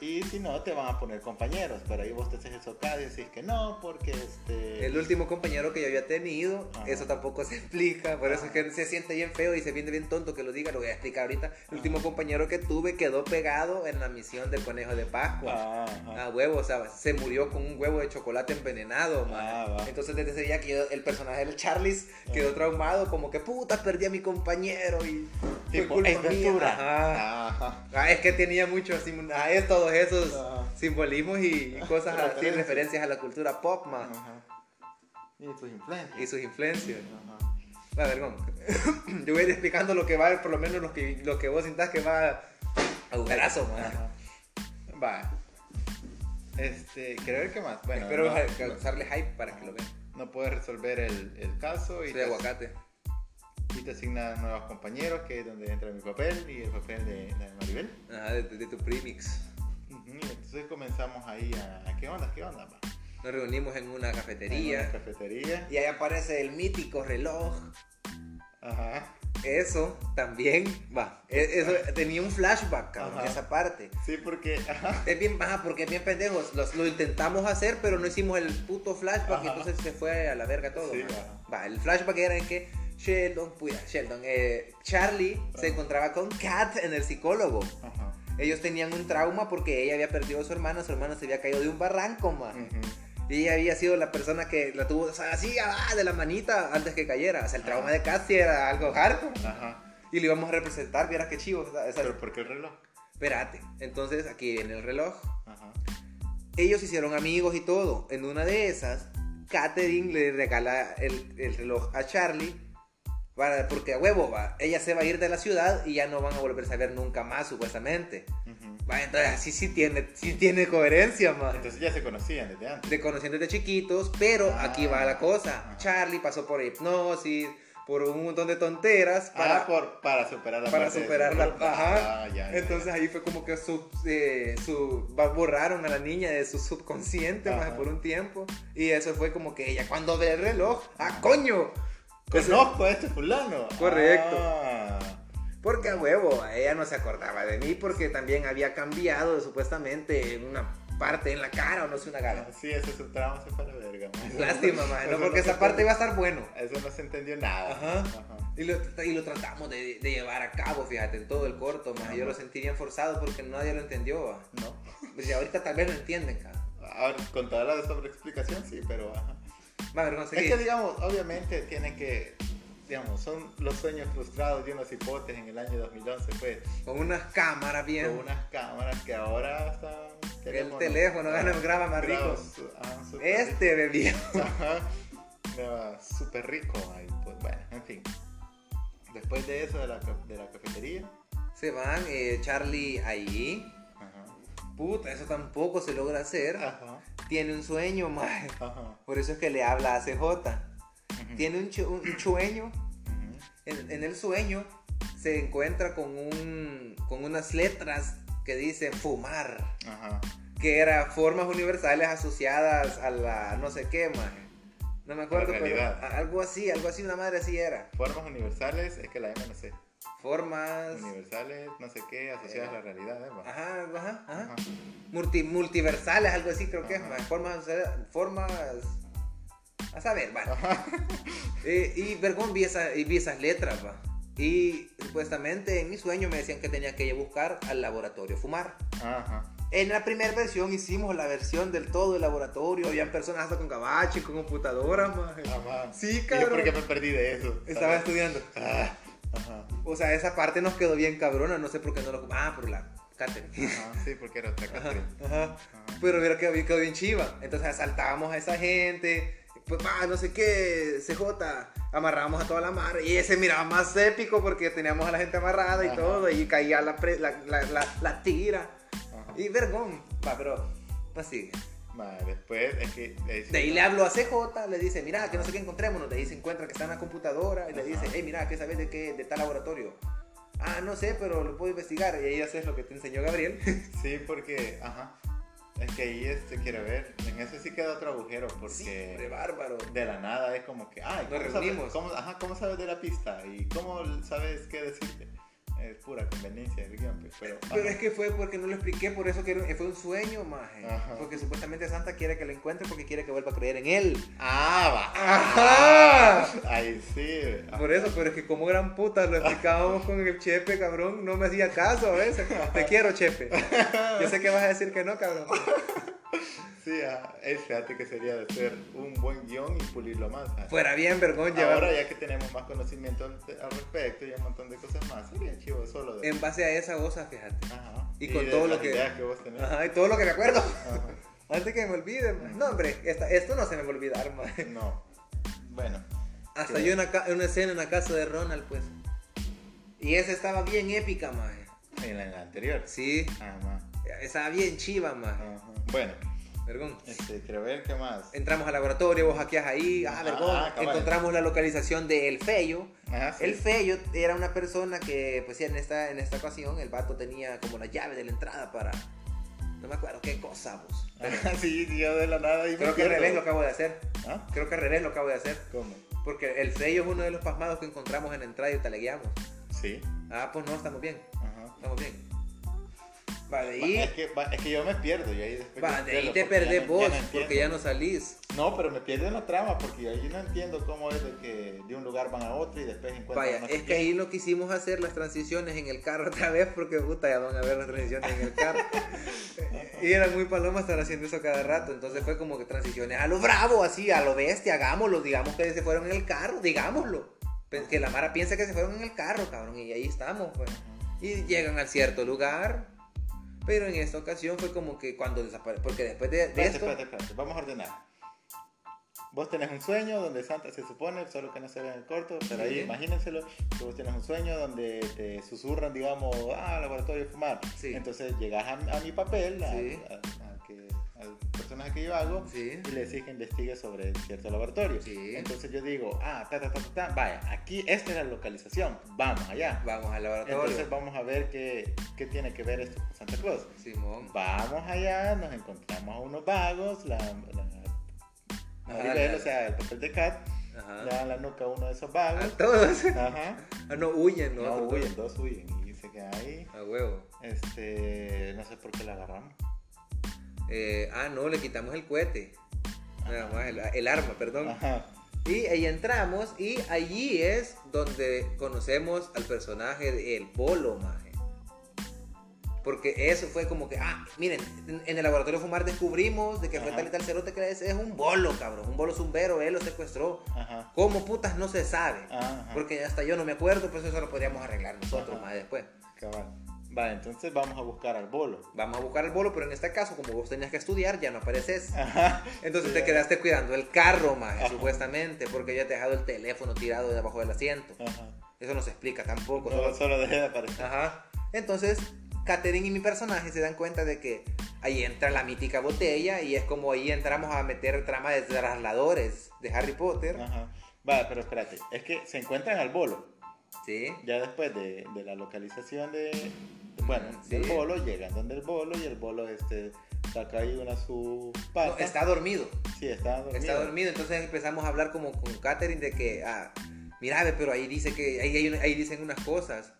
B: Y si no, te van a poner compañeros, pero ahí vos te haces el socado y decís que no, porque este...
A: El último compañero que yo había tenido,
B: Ajá. Ah.
A: eso tampoco se explica, por eso es que
B: Ajá.
A: se siente bien feo y se siente bien tonto que lo diga, lo voy a explicar ahorita. El
B: Ah.
A: último compañero que tuve quedó pegado en la misión del conejo de Pascua.
B: Ah, ajá.
A: A huevo, o sea, se murió con un huevo de chocolate envenenado,
B: Ah,
A: ma.
B: va. Ah.
A: Entonces desde ese día que yo- el personaje del Charles quedó traumado, como que puta, perdí a mi compañero y fue
B: Tipo,
A: culpa
B: es
A: mía".
B: ventura.
A: Ajá.
B: Ajá.
A: Ah, es que tenía muchos es todos esos
B: Ajá.
A: simbolismos y, y cosas así,
B: Ah. Referencias.
A: referencias a la cultura pop, ma,
B: Ajá. Y tus influencias.
A: y sus influencias.
B: Ajá.
A: Va, vergón. Yo voy a ir explicando lo que va, por lo menos lo que, lo que vos sintás que va agujerazo, man.
B: Ajá. Ah,
A: Va,
B: Este, quiero ver qué más. Bueno,
A: espero
B: no,
A: ja- causarle hype para que lo vean.
B: no puedes resolver el, el caso y
A: Soy aguacate.
B: y te asignan nuevos compañeros, que es donde entra mi papel y el papel de, de Maribel.
A: Ajá, de, de tu premix.
B: Ujú, Entonces comenzamos ahí a, a qué onda, qué onda, pa?
A: Nos reunimos en una
B: En
A: cafetería.
B: una cafetería.
A: Y ahí aparece el mítico reloj.
B: Ajá.
A: Eso también, va. e- Eso tenía un flashback, cabrón,
B: Ajá.
A: esa parte.
B: Sí, porque. Ajá.
A: Es bien baja porque es bien pendejos. Los- lo intentamos hacer, pero no hicimos el puto flashback y
B: Ajá.
A: entonces se fue a la verga todo.
B: Sí,
A: man.
B: ajá.
A: Va, el flashback era en que Sheldon, puya, Sheldon, eh, Charlie se encontraba con Kat en el psicólogo.
B: Ajá.
A: Ellos tenían un trauma porque ella había perdido a su hermana, su hermana se había caído de un barranco, man.
B: Ujú.
A: Y ella había sido la persona que la tuvo o sea, así ah, de la manita antes que cayera. O sea, el trauma de Kat sí era algo hardcore.
B: Ajá.
A: Y lo íbamos a representar, vieras qué chivo. o sea, esa-
B: Pero ¿por qué el reloj?
A: Espérate. Entonces, aquí en el reloj,
B: Ajá.
A: ellos se hicieron amigos y todo. En una de esas, Katherine le regala el, el reloj a Charlie. Para, porque a huevo va, ella se va a ir de la ciudad y ya no van a volverse a ver nunca más, supuestamente.
B: Ujú.
A: Va, entonces así sí tiene, sí tiene coherencia, man.
B: Entonces ya se conocían desde antes.
A: De conociendo desde chiquitos, pero
B: Ah.
A: aquí va la cosa.
B: Ajá.
A: Charlie pasó por hipnosis, por un montón de tonteras. Para,
B: ah, por, para superar la
A: para
B: parte de
A: superar
B: su
A: la
B: culpa.
A: ajá.
B: Ah, ya, ya,
A: Entonces ahí fue como que su, eh, su va- borraron a la niña de su subconsciente
B: Ajá.
A: maje, por un tiempo y eso fue como que ella cuando ve el reloj, ah coño,
B: ya. Conozco a este fulano.
A: Correcto.
B: Ah.
A: porque a huevo, ella no se acordaba de mí porque también había cambiado supuestamente una parte en la cara o no sé una cara.
B: Sí, eso es un trauma, se fue a la verga. man.
A: Lástima, maje, no
B: Eso
A: porque
B: se
A: esa parte
B: puede-
A: iba a estar bueno.
B: Eso no se entendió nada.
A: Ajá.
B: Ajá.
A: Y lo, y lo tratamos de, de llevar a cabo, fíjate, en todo el corto, maje. yo lo sentí bien forzado porque nadie lo entendió. va. Pues,
B: No.
A: Y ahorita tal vez lo entienden, cabrón.
B: Ahora, con toda la sobreexplicación, sí, pero ajá.
A: Va, pero no sé
B: Es
A: qué.
B: que, digamos, obviamente tiene que, digamos, son los sueños frustrados de unos hipotes en el año 2011, pues,
A: Con unas cámaras bien.
B: con unas cámaras que ahora están...
A: El teléfono gana, graba más rico.
B: Este.
A: Este bebé.
B: Ajá. Graba súper rico. ahí, pues, bueno, en fin. Después de eso, de la, ca- de la cafetería.
A: Se van, eh, Charlie ahí.
B: Ajá.
A: Puta, eso tampoco se logra hacer.
B: Ajá.
A: Tiene un sueño, mae.
B: Ajá.
A: Por eso es que le habla a CJ.
B: Ujú.
A: Tiene un, chu- un sueño.
B: Ujú.
A: En, en el sueño se encuentra con un con unas letras que dicen fumar,
B: Ajá.
A: que era formas universales asociadas a la no sé qué, más. No me acuerdo,
B: La
A: pero
B: realidad.
A: a- algo así, algo así, una madre así era.
B: Formas universales, es que la M no sé.
A: Formas...
B: Universales, no sé qué, asociadas a la realidad, ¿eh? va.
A: Ajá, ajá, ajá.
B: Ajá.
A: Multi- multiversales, algo así creo que es,
B: Ajá.
A: man. formas, formas, a saber, va. Eh, y vergón, vi, esa- y vi esas letras, va. Y supuestamente en mi sueño me decían que tenía que ir a buscar al laboratorio a fumar.
B: Ajá.
A: En la primera versión hicimos la versión del todo del laboratorio, habían personas hasta con gabache, con computadoras, man.
B: Ajá.
A: Sí,
B: ¿Y yo
A: cabrón.
B: por qué me perdí de eso?
A: Estaba
B: ¿Sabes?
A: estudiando.
B: Ah, Ajá.
A: O sea, esa parte nos quedó bien cabrona, no sé por qué no lo... Ah, por la Catherine.
B: Ajá, Sí, porque era otra
A: Ajá,
B: Catherine.
A: ajá. Pero hubiera quedado bien, quedado bien chiva. Entonces asaltábamos a esa gente. Pues va, no sé qué, CJ. Amarrábamos a toda la mar. Y ese miraba más épico porque teníamos a la gente amarrada y
B: Ajá.
A: todo. Y caía la, pre- la, la- la- la tira.
B: Ajá.
A: Y vergón. Va, pero pues así.
B: Ma, después es que... eh, sí,
A: De ahí le hablo a CJ, le dice, mira, que no sé qué encontrémonos. De ahí se encuentra que está en la computadora. Y le
B: Ajá.
A: dice, hey, mira, ¿qué sabes de qué? De tal laboratorio. Ah, no sé, pero lo puedo investigar. Y ahí haces lo que te enseñó Gabriel.
B: Sí, porque... Ajá. Es que ahí este quiero ver. En ese sí queda otro agujero
A: Sí, hombre,
B: porque...
A: bárbaro.
B: de la nada es como que, ay,
A: Nos
B: ¿cómo
A: reunimos.
B: sabes, cómo- ajá, ¿cómo sabes de la pista? ¿Y cómo sabes qué decirte? Es pura conveniencia del guión, pues, pero...
A: Pero
B: ajá.
A: es que fue porque no lo expliqué, por eso que era- fue un sueño, maje.
B: Ajá.
A: Porque supuestamente Santa quiere que lo encuentre porque quiere que vuelva a creer en él.
B: Ah, va. Ah,
A: Ajá.
B: Ahí sí. ajá.
A: Por eso, pero es que como gran puta lo explicábamos con el Chepe, cabrón, no me hacía caso a veces. Te quiero, Chepe. Yo sé que vas a decir que no, cabrón.
B: Sí, ajá. Eh, fíjate que sería de hacer un buen guión y pulirlo más. ajá.
A: Fuera bien, vergón, llevar.
B: Ahora ya que tenemos más conocimiento al, al respecto y un montón de cosas más, sería chivo solo de...
A: En base a esa goza, fíjate.
B: Ajá.
A: y con
B: de
A: todo lo
B: las
A: que-
B: ideas que vos tenés.
A: Ajá, y todo lo que me acuerdo.
B: Ajá.
A: Antes que me olvide, maje. No, hombre, esta- esto no se me va a olvidar, maje.
B: No. Bueno.
A: Hasta yo una, ca- una escena en la casa de Ronald, pues. Y esa estaba bien épica, maje.
B: En la, en la anterior.
A: Sí,
B: Ah, ma.
A: estaba bien chiva, maje.
B: Ajá. Bueno,
A: Vergón.
B: este, quiero ver qué más.
A: Entramos al laboratorio, vos hackeás ahí, ah,
B: Ah,
A: vergón.
B: cabal.
A: Encontramos la localización de El Feyo.
B: Ajá, Ah, sí.
A: El Feyo era una persona que, pues sí, en esta, en esta ocasión, el vato tenía como la llave de la entrada para. No me acuerdo qué cosa, vos.
B: Ajá, Ah, sí, sí, yo de la nada y
A: Creo que al revés lo acabo de hacer.
B: ¿Ah?
A: Creo que al revés lo acabo de hacer.
B: ¿Cómo?
A: Porque el Feyo es uno de los pasmados que encontramos en la entrada y teleguiamos.
B: Sí.
A: Ah, pues no, estamos bien.
B: Ajá.
A: Estamos bien. Vale,
B: Va, Es
A: y.
B: que, va, es que yo me pierdo, yo ahí después.
A: Va,
B: Pues yo me
A: de ahí
B: pierdo
A: te
B: porque ya
A: perdés
B: no- ya
A: vos,
B: no
A: porque
B: entiendo.
A: ya no salís.
B: No, pero me pierdo en la trama porque ahí no entiendo cómo es de que de un lugar van a otro y después encuentran.
A: Vaya,
B: Pues no sé
A: es que
B: qué.
A: ahí no quisimos hacer las transiciones en el carro otra vez porque puta, ya van a ver las transiciones en el carro. y eran muy palomas estar haciendo eso cada rato, entonces fue como que transiciones a lo bravo, así, a lo bestia, hagámoslo, digamos que se fueron en el carro, digámoslo. Pe- Que la Mara piensa que se fueron en el carro, cabrón, y ahí estamos, pues. Y llegan al cierto lugar, pero en esta ocasión fue como que cuando desapareció, porque después de, de
B: Espérate,
A: esto...
B: espérate, espérate. Vamos a ordenar. Vos tenés un sueño donde Santa se supone, solo que no se ve en el corto, pero ahí
A: Sí.
B: imagínenselo, que vos tenés un sueño donde te susurran, digamos, ah, laboratorio de fumar.
A: Sí.
B: Entonces llegas a, a mi papel, a-
A: Sí.
B: a- a que- al personaje que yo hago,
A: Sí.
B: y le decís que investigue sobre cierto laboratorio.
A: Sí.
B: Entonces yo digo, ah, ta, ta, ta, ta, ta, vaya, aquí, esta es la localización, vamos allá.
A: Vamos al laboratorio.
B: Entonces vamos a ver qué, qué tiene que ver esto con Santa Claus.
A: Simón.
B: Vamos allá, nos encontramos a unos vagos, la, la- Maribel,
A: la-
B: o sea, el papel de Cat,
A: Ajá.
B: le dan la nuca a uno de esos
A: A
B: vagos.
A: todos.
B: Ajá.
A: Ah, no, huyen, no,
B: No,
A: Otro-
B: huyen, dos huyen y se queda ahí.
A: A huevo.
B: Este, no sé por qué la agarramos.
A: Eh, ah, no, le quitamos el cohete. Nada más, el, el arma, perdón.
B: Ajá.
A: Y ahí entramos y allí es donde conocemos al personaje del Bolo, maje. Porque eso fue como que, ah, miren, en, en el laboratorio Fumar descubrimos de que fue
B: Ajá.
A: tal y tal cerote que es, es un bolo, cabrón. Un bolo zumbero, él lo secuestró.
B: Ajá. Ah,
A: ¿Cómo putas no se sabe?
B: Ajá.
A: Porque hasta yo no me acuerdo, pues eso lo podríamos arreglar nosotros
B: Ajá.
A: más después.
B: Cabal. Vale, entonces vamos a buscar al bolo.
A: Vamos a buscar el bolo, pero en este caso, como vos tenías que estudiar, ya no apareces.
B: Ajá.
A: Entonces
B: Sí,
A: te
B: ya.
A: quedaste cuidando el carro, maje,
B: Ajá.
A: supuestamente, porque ya te he dejado el teléfono tirado debajo del asiento.
B: Ajá.
A: Eso no se explica tampoco.
B: Solo,
A: solo-
B: solo dejé de aparecer.
A: Ajá. Entonces, Katherine y mi personaje se dan cuenta de que ahí entra la mítica botella y es como ahí entramos a meter trama de trasladores de Harry Potter.
B: Ah. Ajá. Vale, pero espérate, es que se encuentran al bolo.
A: Sí.
B: Ya después de, de la localización de, bueno,
A: Sí.
B: del bolo, llegan donde el bolo y el bolo este, saca ahí una su
A: No,
B: pata.
A: está dormido.
B: sí, está dormido.
A: Está dormido. Entonces empezamos a hablar como con Catherine de que, ah, mira, ve, pero ahí dice que, ahí, hay una- ahí dicen unas cosas.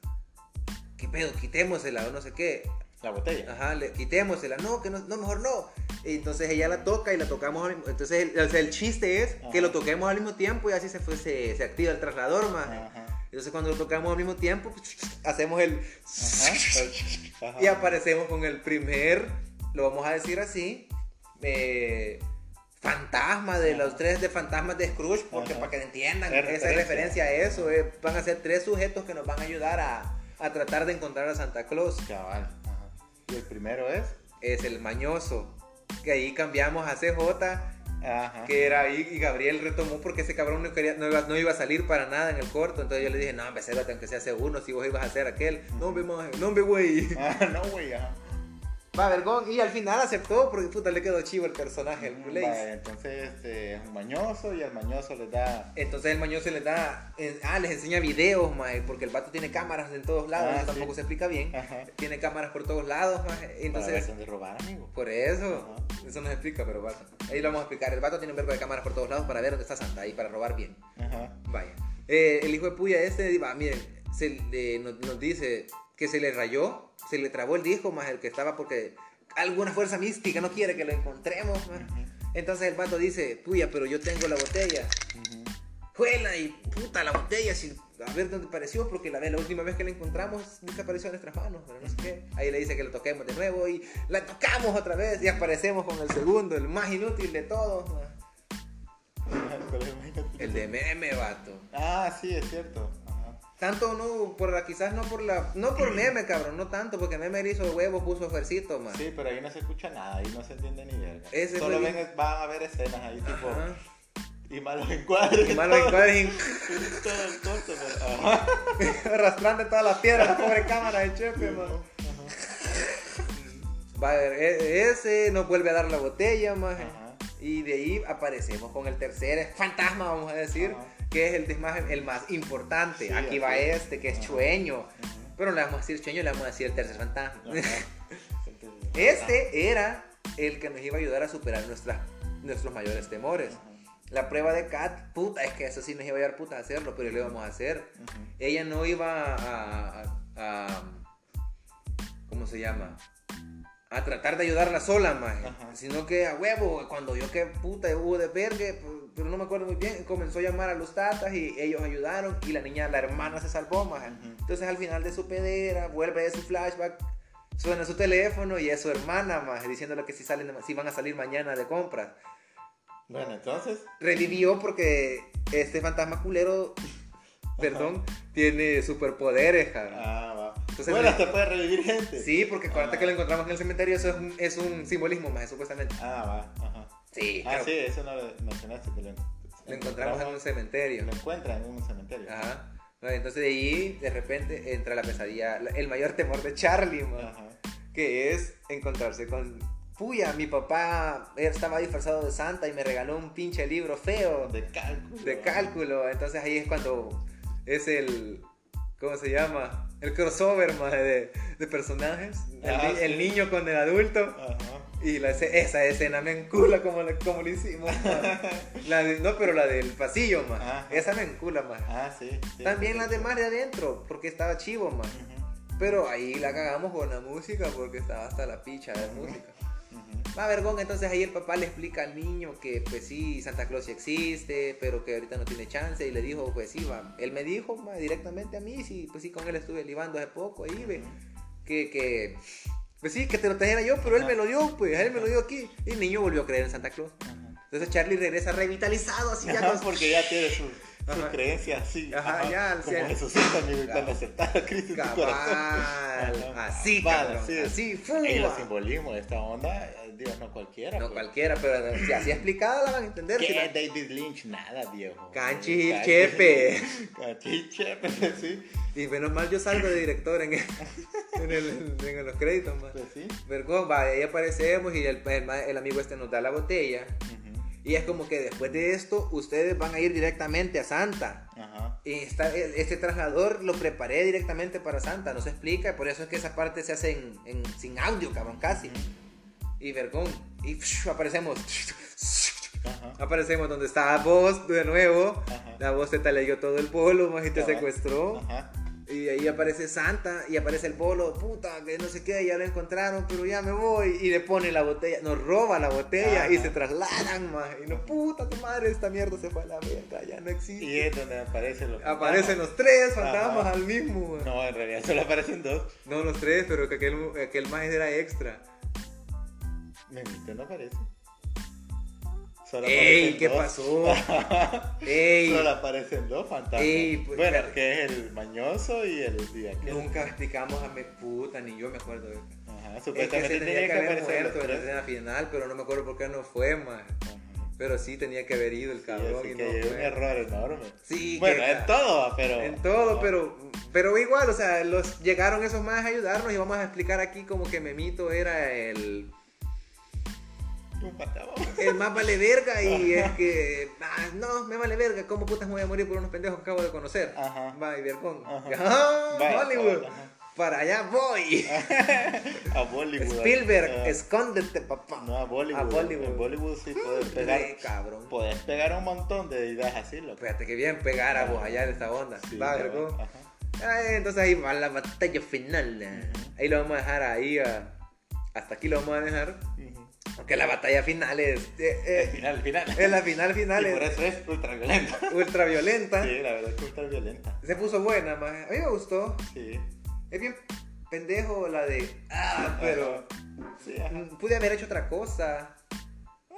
A: ¿Qué pedo? Quitémosela o no sé qué.
B: La botella.
A: Ajá, le, quitémosela. No, que no, no, mejor no. Y entonces ella la toca y la tocamos al mismo Entonces, el, o sea, el chiste es
B: Ajá.
A: que lo toquemos al mismo tiempo y así se, fue, se, se activa el traslador, más.
B: Ajá.
A: Entonces, cuando lo tocamos al mismo tiempo, pues, hacemos el.
B: Ajá. Pues, Ajá.
A: Y aparecemos con el primer, lo vamos a decir así, eh, fantasma de los tres de fantasmas de Scrooge, porque
B: Ajá.
A: para que entiendan,
B: Es
A: esa es referencia a eso, eh, van a ser tres sujetos que nos van a ayudar a, a tratar de encontrar a Santa Claus.
B: Cabal. Ajá. Y el primero es.
A: Es el mañoso, que ahí cambiamos a CJ,
B: Ajá.
A: que era ahí, y Gabriel retomó porque ese cabrón no, quería, no, iba, no iba a salir para nada en el corto, entonces yo le dije, no, hombre, cérate, aunque sea hace uno, si vos ibas a hacer aquel, no, hombre, maje, no, hombre, güey.
B: Ah, no, güey, ajá.
A: Va, vergón. Y al final aceptó porque puta le quedó chivo el personaje, Ah, el Blaze.
B: Vale, entonces este, es un mañoso y al mañoso le da.
A: Entonces el mañoso les da. eh, ah, les enseña videos, mae, porque el vato tiene cámaras en todos lados.
B: Ah,
A: eso
B: sí.
A: tampoco se explica bien.
B: Ajá.
A: Tiene cámaras por todos lados, mae.
B: Entonces.
A: Entonces.
B: de robar, amigo.
A: Por eso.
B: Ajá.
A: Eso no se explica, pero bueno. Ahí lo vamos a explicar. El vato tiene un verbo de cámaras por todos lados para ver dónde está Santa y para robar bien.
B: Ajá.
A: Vaya. Eh, el hijo de puya este, va, miren, se, le- nos, nos dice que se le rayó, se le trabó el disco más el que estaba porque alguna fuerza mística no quiere que lo encontremos. más. Entonces el vato dice, puya, pero yo tengo la botella. Juela y puta la botella, si, a ver dónde apareció, porque la, la última vez que la encontramos desapareció de nuestras manos, pero no sé qué. Ahí le dice que la toquemos de nuevo y la tocamos otra vez y aparecemos con el segundo, el más inútil de todos. más.
B: Pero imagínate.
A: El de meme, vato.
B: Ah, sí, es cierto. Ajá.
A: Tanto no, por la, quizás no por la, no por meme, cabrón, no tanto, porque meme le hizo huevo, puso fuercito, man.
B: Sí, pero ahí no se escucha nada, ahí no se entiende ni verga.
A: Ese
B: Solo
A: fue
B: ven, van a ver escenas ahí, tipo.
A: Ajá.
B: Y malos encuadres.
A: Y malo encuadren
B: todo, todo el corto, pero. Ajá.
A: arrastrando todas las piedras, la pobre cámara de Chepe, man. Va a ver, e- ese nos vuelve a dar la botella, man.
B: Ajá.
A: Y de ahí aparecemos con el tercer fantasma, vamos a decir,
B: Ajá.
A: que es el, de- más, el más importante.
B: Sí,
A: Aquí va
B: así es.
A: este, que es chueño. Pero no le vamos a decir chueño, le vamos a decir el tercer fantasma.
B: Ajá. Entonces,
A: Este era el que nos iba a ayudar a superar nuestras, nuestros mayores temores. La prueba de Kat, puta, es que eso sí nos iba a llevar puta a hacerlo, pero lo íbamos a hacer.
B: Ujú.
A: Ella no iba a, a- a- ¿Cómo se llama? A tratar de ayudarla sola, maje.
B: Ajá.
A: Sino que a huevo, cuando yo que puta hubo de vergue, pues, pero no me acuerdo muy bien, comenzó a llamar a los tatas y ellos ayudaron y la niña, la hermana se salvó, maje.
B: Ujú.
A: Entonces al final de su pedera, vuelve de su flashback, suena su teléfono y es su hermana, maje, diciéndole que si, salen, si van a salir mañana de compras.
B: Bueno, entonces.
A: Revivió porque este fantasma culero, perdón, tiene superpoderes, cabrón.
B: Ah, va.
A: Entonces,
B: bueno,
A: le-
B: hasta puede revivir gente.
A: Sí, porque acuérdate
B: Ah.
A: que lo encontramos en el cementerio, eso es un, es un simbolismo más, supuestamente.
B: Ah, va. Ajá.
A: Sí,
B: Ah,
A: claro.
B: sí, eso no lo mencionaste. Que lo,
A: Lo encontramos en un cementerio.
B: Lo encuentran en un cementerio.
A: Ajá. Entonces de ahí, de repente, entra la pesadilla, la- el mayor temor de Charlie, man,
B: Ajá.
A: que es encontrarse con... Puya, mi papá estaba disfrazado de Santa y me regaló un pinche libro feo de,
B: De cálculo.
A: cálculo. Entonces ahí es cuando es el... ¿Cómo se llama? El crossover, más de, de personajes. El,
B: Ah,
A: ni- el
B: sí.
A: niño con el adulto.
B: Ajá.
A: Y la esce- esa escena me encula como, la- como lo hicimos. ma. La de- no, pero la del pasillo, más.
B: Ajá.
A: Esa me encula, más.
B: Ah, sí. Ah. sí.
A: También la del mar de adentro, porque estaba chivo, más.
B: Ujú,
A: Pero ahí la cagamos con la música porque estaba hasta la picha de música.
B: ujú.
A: Va, vergón, entonces ahí el papá le explica al niño que pues sí, Santa Claus sí existe, pero que ahorita no tiene chance y le dijo, pues sí, va. Él me dijo ma, directamente a mí, sí, pues sí, con él estuve libando hace poco ahí, ve, que, que, pues sí, que te lo trajera yo, pero él me lo dio, pues, él me lo dio aquí. Y el niño volvió a creer en Santa Claus.
B: Ajá.
A: Entonces Charlie regresa revitalizado, así ya
B: Ajá,
A: con...
B: porque ya tiene sus sus
A: Ajá.
B: creencias así.
A: Ajá, ya,
B: Como
A: sí.
B: Jesucito, amigo, y
A: Cabal.
B: cuando aceptar a Cristo en tu
A: Cabal,
B: corazón. Ajá.
A: así,
B: Vale,
A: cabrón,
B: sí.
A: así,
B: Ajá. Y los
A: fuma.
B: simbolismos de esta onda, eh, Dios, no cualquiera.
A: No
B: pues.
A: cualquiera, pero si así explicada la van a entender. si la-
B: ¿Qué David Lynch? Nada, viejo.
A: Canchi Gil
B: Canchi-
A: Chepe.
B: Canchi Chepe, sí.
A: Y menos mal yo salgo de director en, el- en, el- en los créditos, más.
B: Pues sí.
A: Vergón, va, ahí aparecemos y el, el ma- el amigo este nos da la botella.
B: Ujú.
A: Y es como que después de esto, ustedes van a ir directamente a Santa.
B: Ajá.
A: Y está- el- este traslador lo preparé directamente para Santa, no se explica, por eso es que esa parte se hace en, en- sin audio, cabrón, casi. Y vergón, y psh, aparecemos.
B: Ajá.
A: Aparecemos donde estaba vos de nuevo.
B: Ajá.
A: La voz te taleguió todo el bolo, más y te
B: Cabal.
A: secuestró.
B: Ajá.
A: Y ahí aparece Santa y aparece el bolo, puta, que no sé qué, ya lo encontraron, pero ya me voy. Y le pone la botella, nos roba la botella y
B: Ajá.
A: se trasladan, más. Y no, puta tu madre, esta mierda se fue a la mierda, ya no existe.
B: Y es donde aparecen los.
A: Aparecen los tres fantasmas
B: Ajá.
A: al mismo, güey. No.
B: No, en realidad solo aparecen dos.
A: los tres, pero que aquel, aquel más era extra.
B: Me invito, no aparece. Solo
A: ¡Ey!
B: aparecen
A: ¿Qué
B: dos.
A: pasó? ¡Ey!
B: Solo aparecen dos fantasmas.
A: Ey, pues,
B: bueno,
A: espérate.
B: que es el mañoso y el día que.
A: Nunca explicamos a mi puta, ni yo me acuerdo de esto.
B: Ajá,
A: Es que
B: supuestamente
A: se tenía que haber
B: aparecer los
A: muerto en la
B: tres.
A: escena final, pero no me acuerdo por qué no fue, más. Pero sí tenía que haber ido el
B: Ajá. Y
A: cabrón
B: así
A: y no
B: que hay un
A: fue.
B: error enorme.
A: Sí,
B: Bueno,
A: que-
B: en todo, va, pero.
A: En todo,
B: Ajá.
A: pero, pero igual, o sea, los llegaron esos más a ayudarnos y vamos a explicar aquí como que Memito era el,
B: Un fantasma.
A: el más vale verga y es que, ah, no, me vale verga, ¿cómo putas me voy a morir por unos pendejos que acabo de conocer?
B: Ajá.
A: Va, y vergón.
B: Ajá.
A: Ajá,
B: Vaya,
A: Hollywood.
B: ajá.
A: Para allá voy.
B: A Bollywood.
A: Spielberg,
B: Ah,
A: escóndete, papá.
B: No, a Bollywood.
A: A Bollywood.
B: En Bollywood sí puedes pegar.
A: Re cabrón.
B: Puedes pegar un montón de ideas así, loco.
A: Fíjate que bien pegar a vos allá en esta onda.
B: Sí,
A: Va,
B: la
A: vergón.
B: verdad. Ajá.
A: Ay, entonces ahí va la batalla final. eh. Ahí lo vamos a dejar ahí. ah, Hasta aquí lo vamos a dejar.
B: Ujú.
A: Aunque la batalla final es. eh,
B: El
A: eh,
B: final, el final.
A: es la final final.
B: Y por
A: Es
B: eso es ultra violenta.
A: ultra violenta.
B: Sí, la verdad es que ultra violenta.
A: Se puso buena, más. A mí me gustó.
B: Sí.
A: Es bien pendejo la de. Ah, pero.
B: Sí, ajá.
A: mm, Pude haber hecho otra cosa.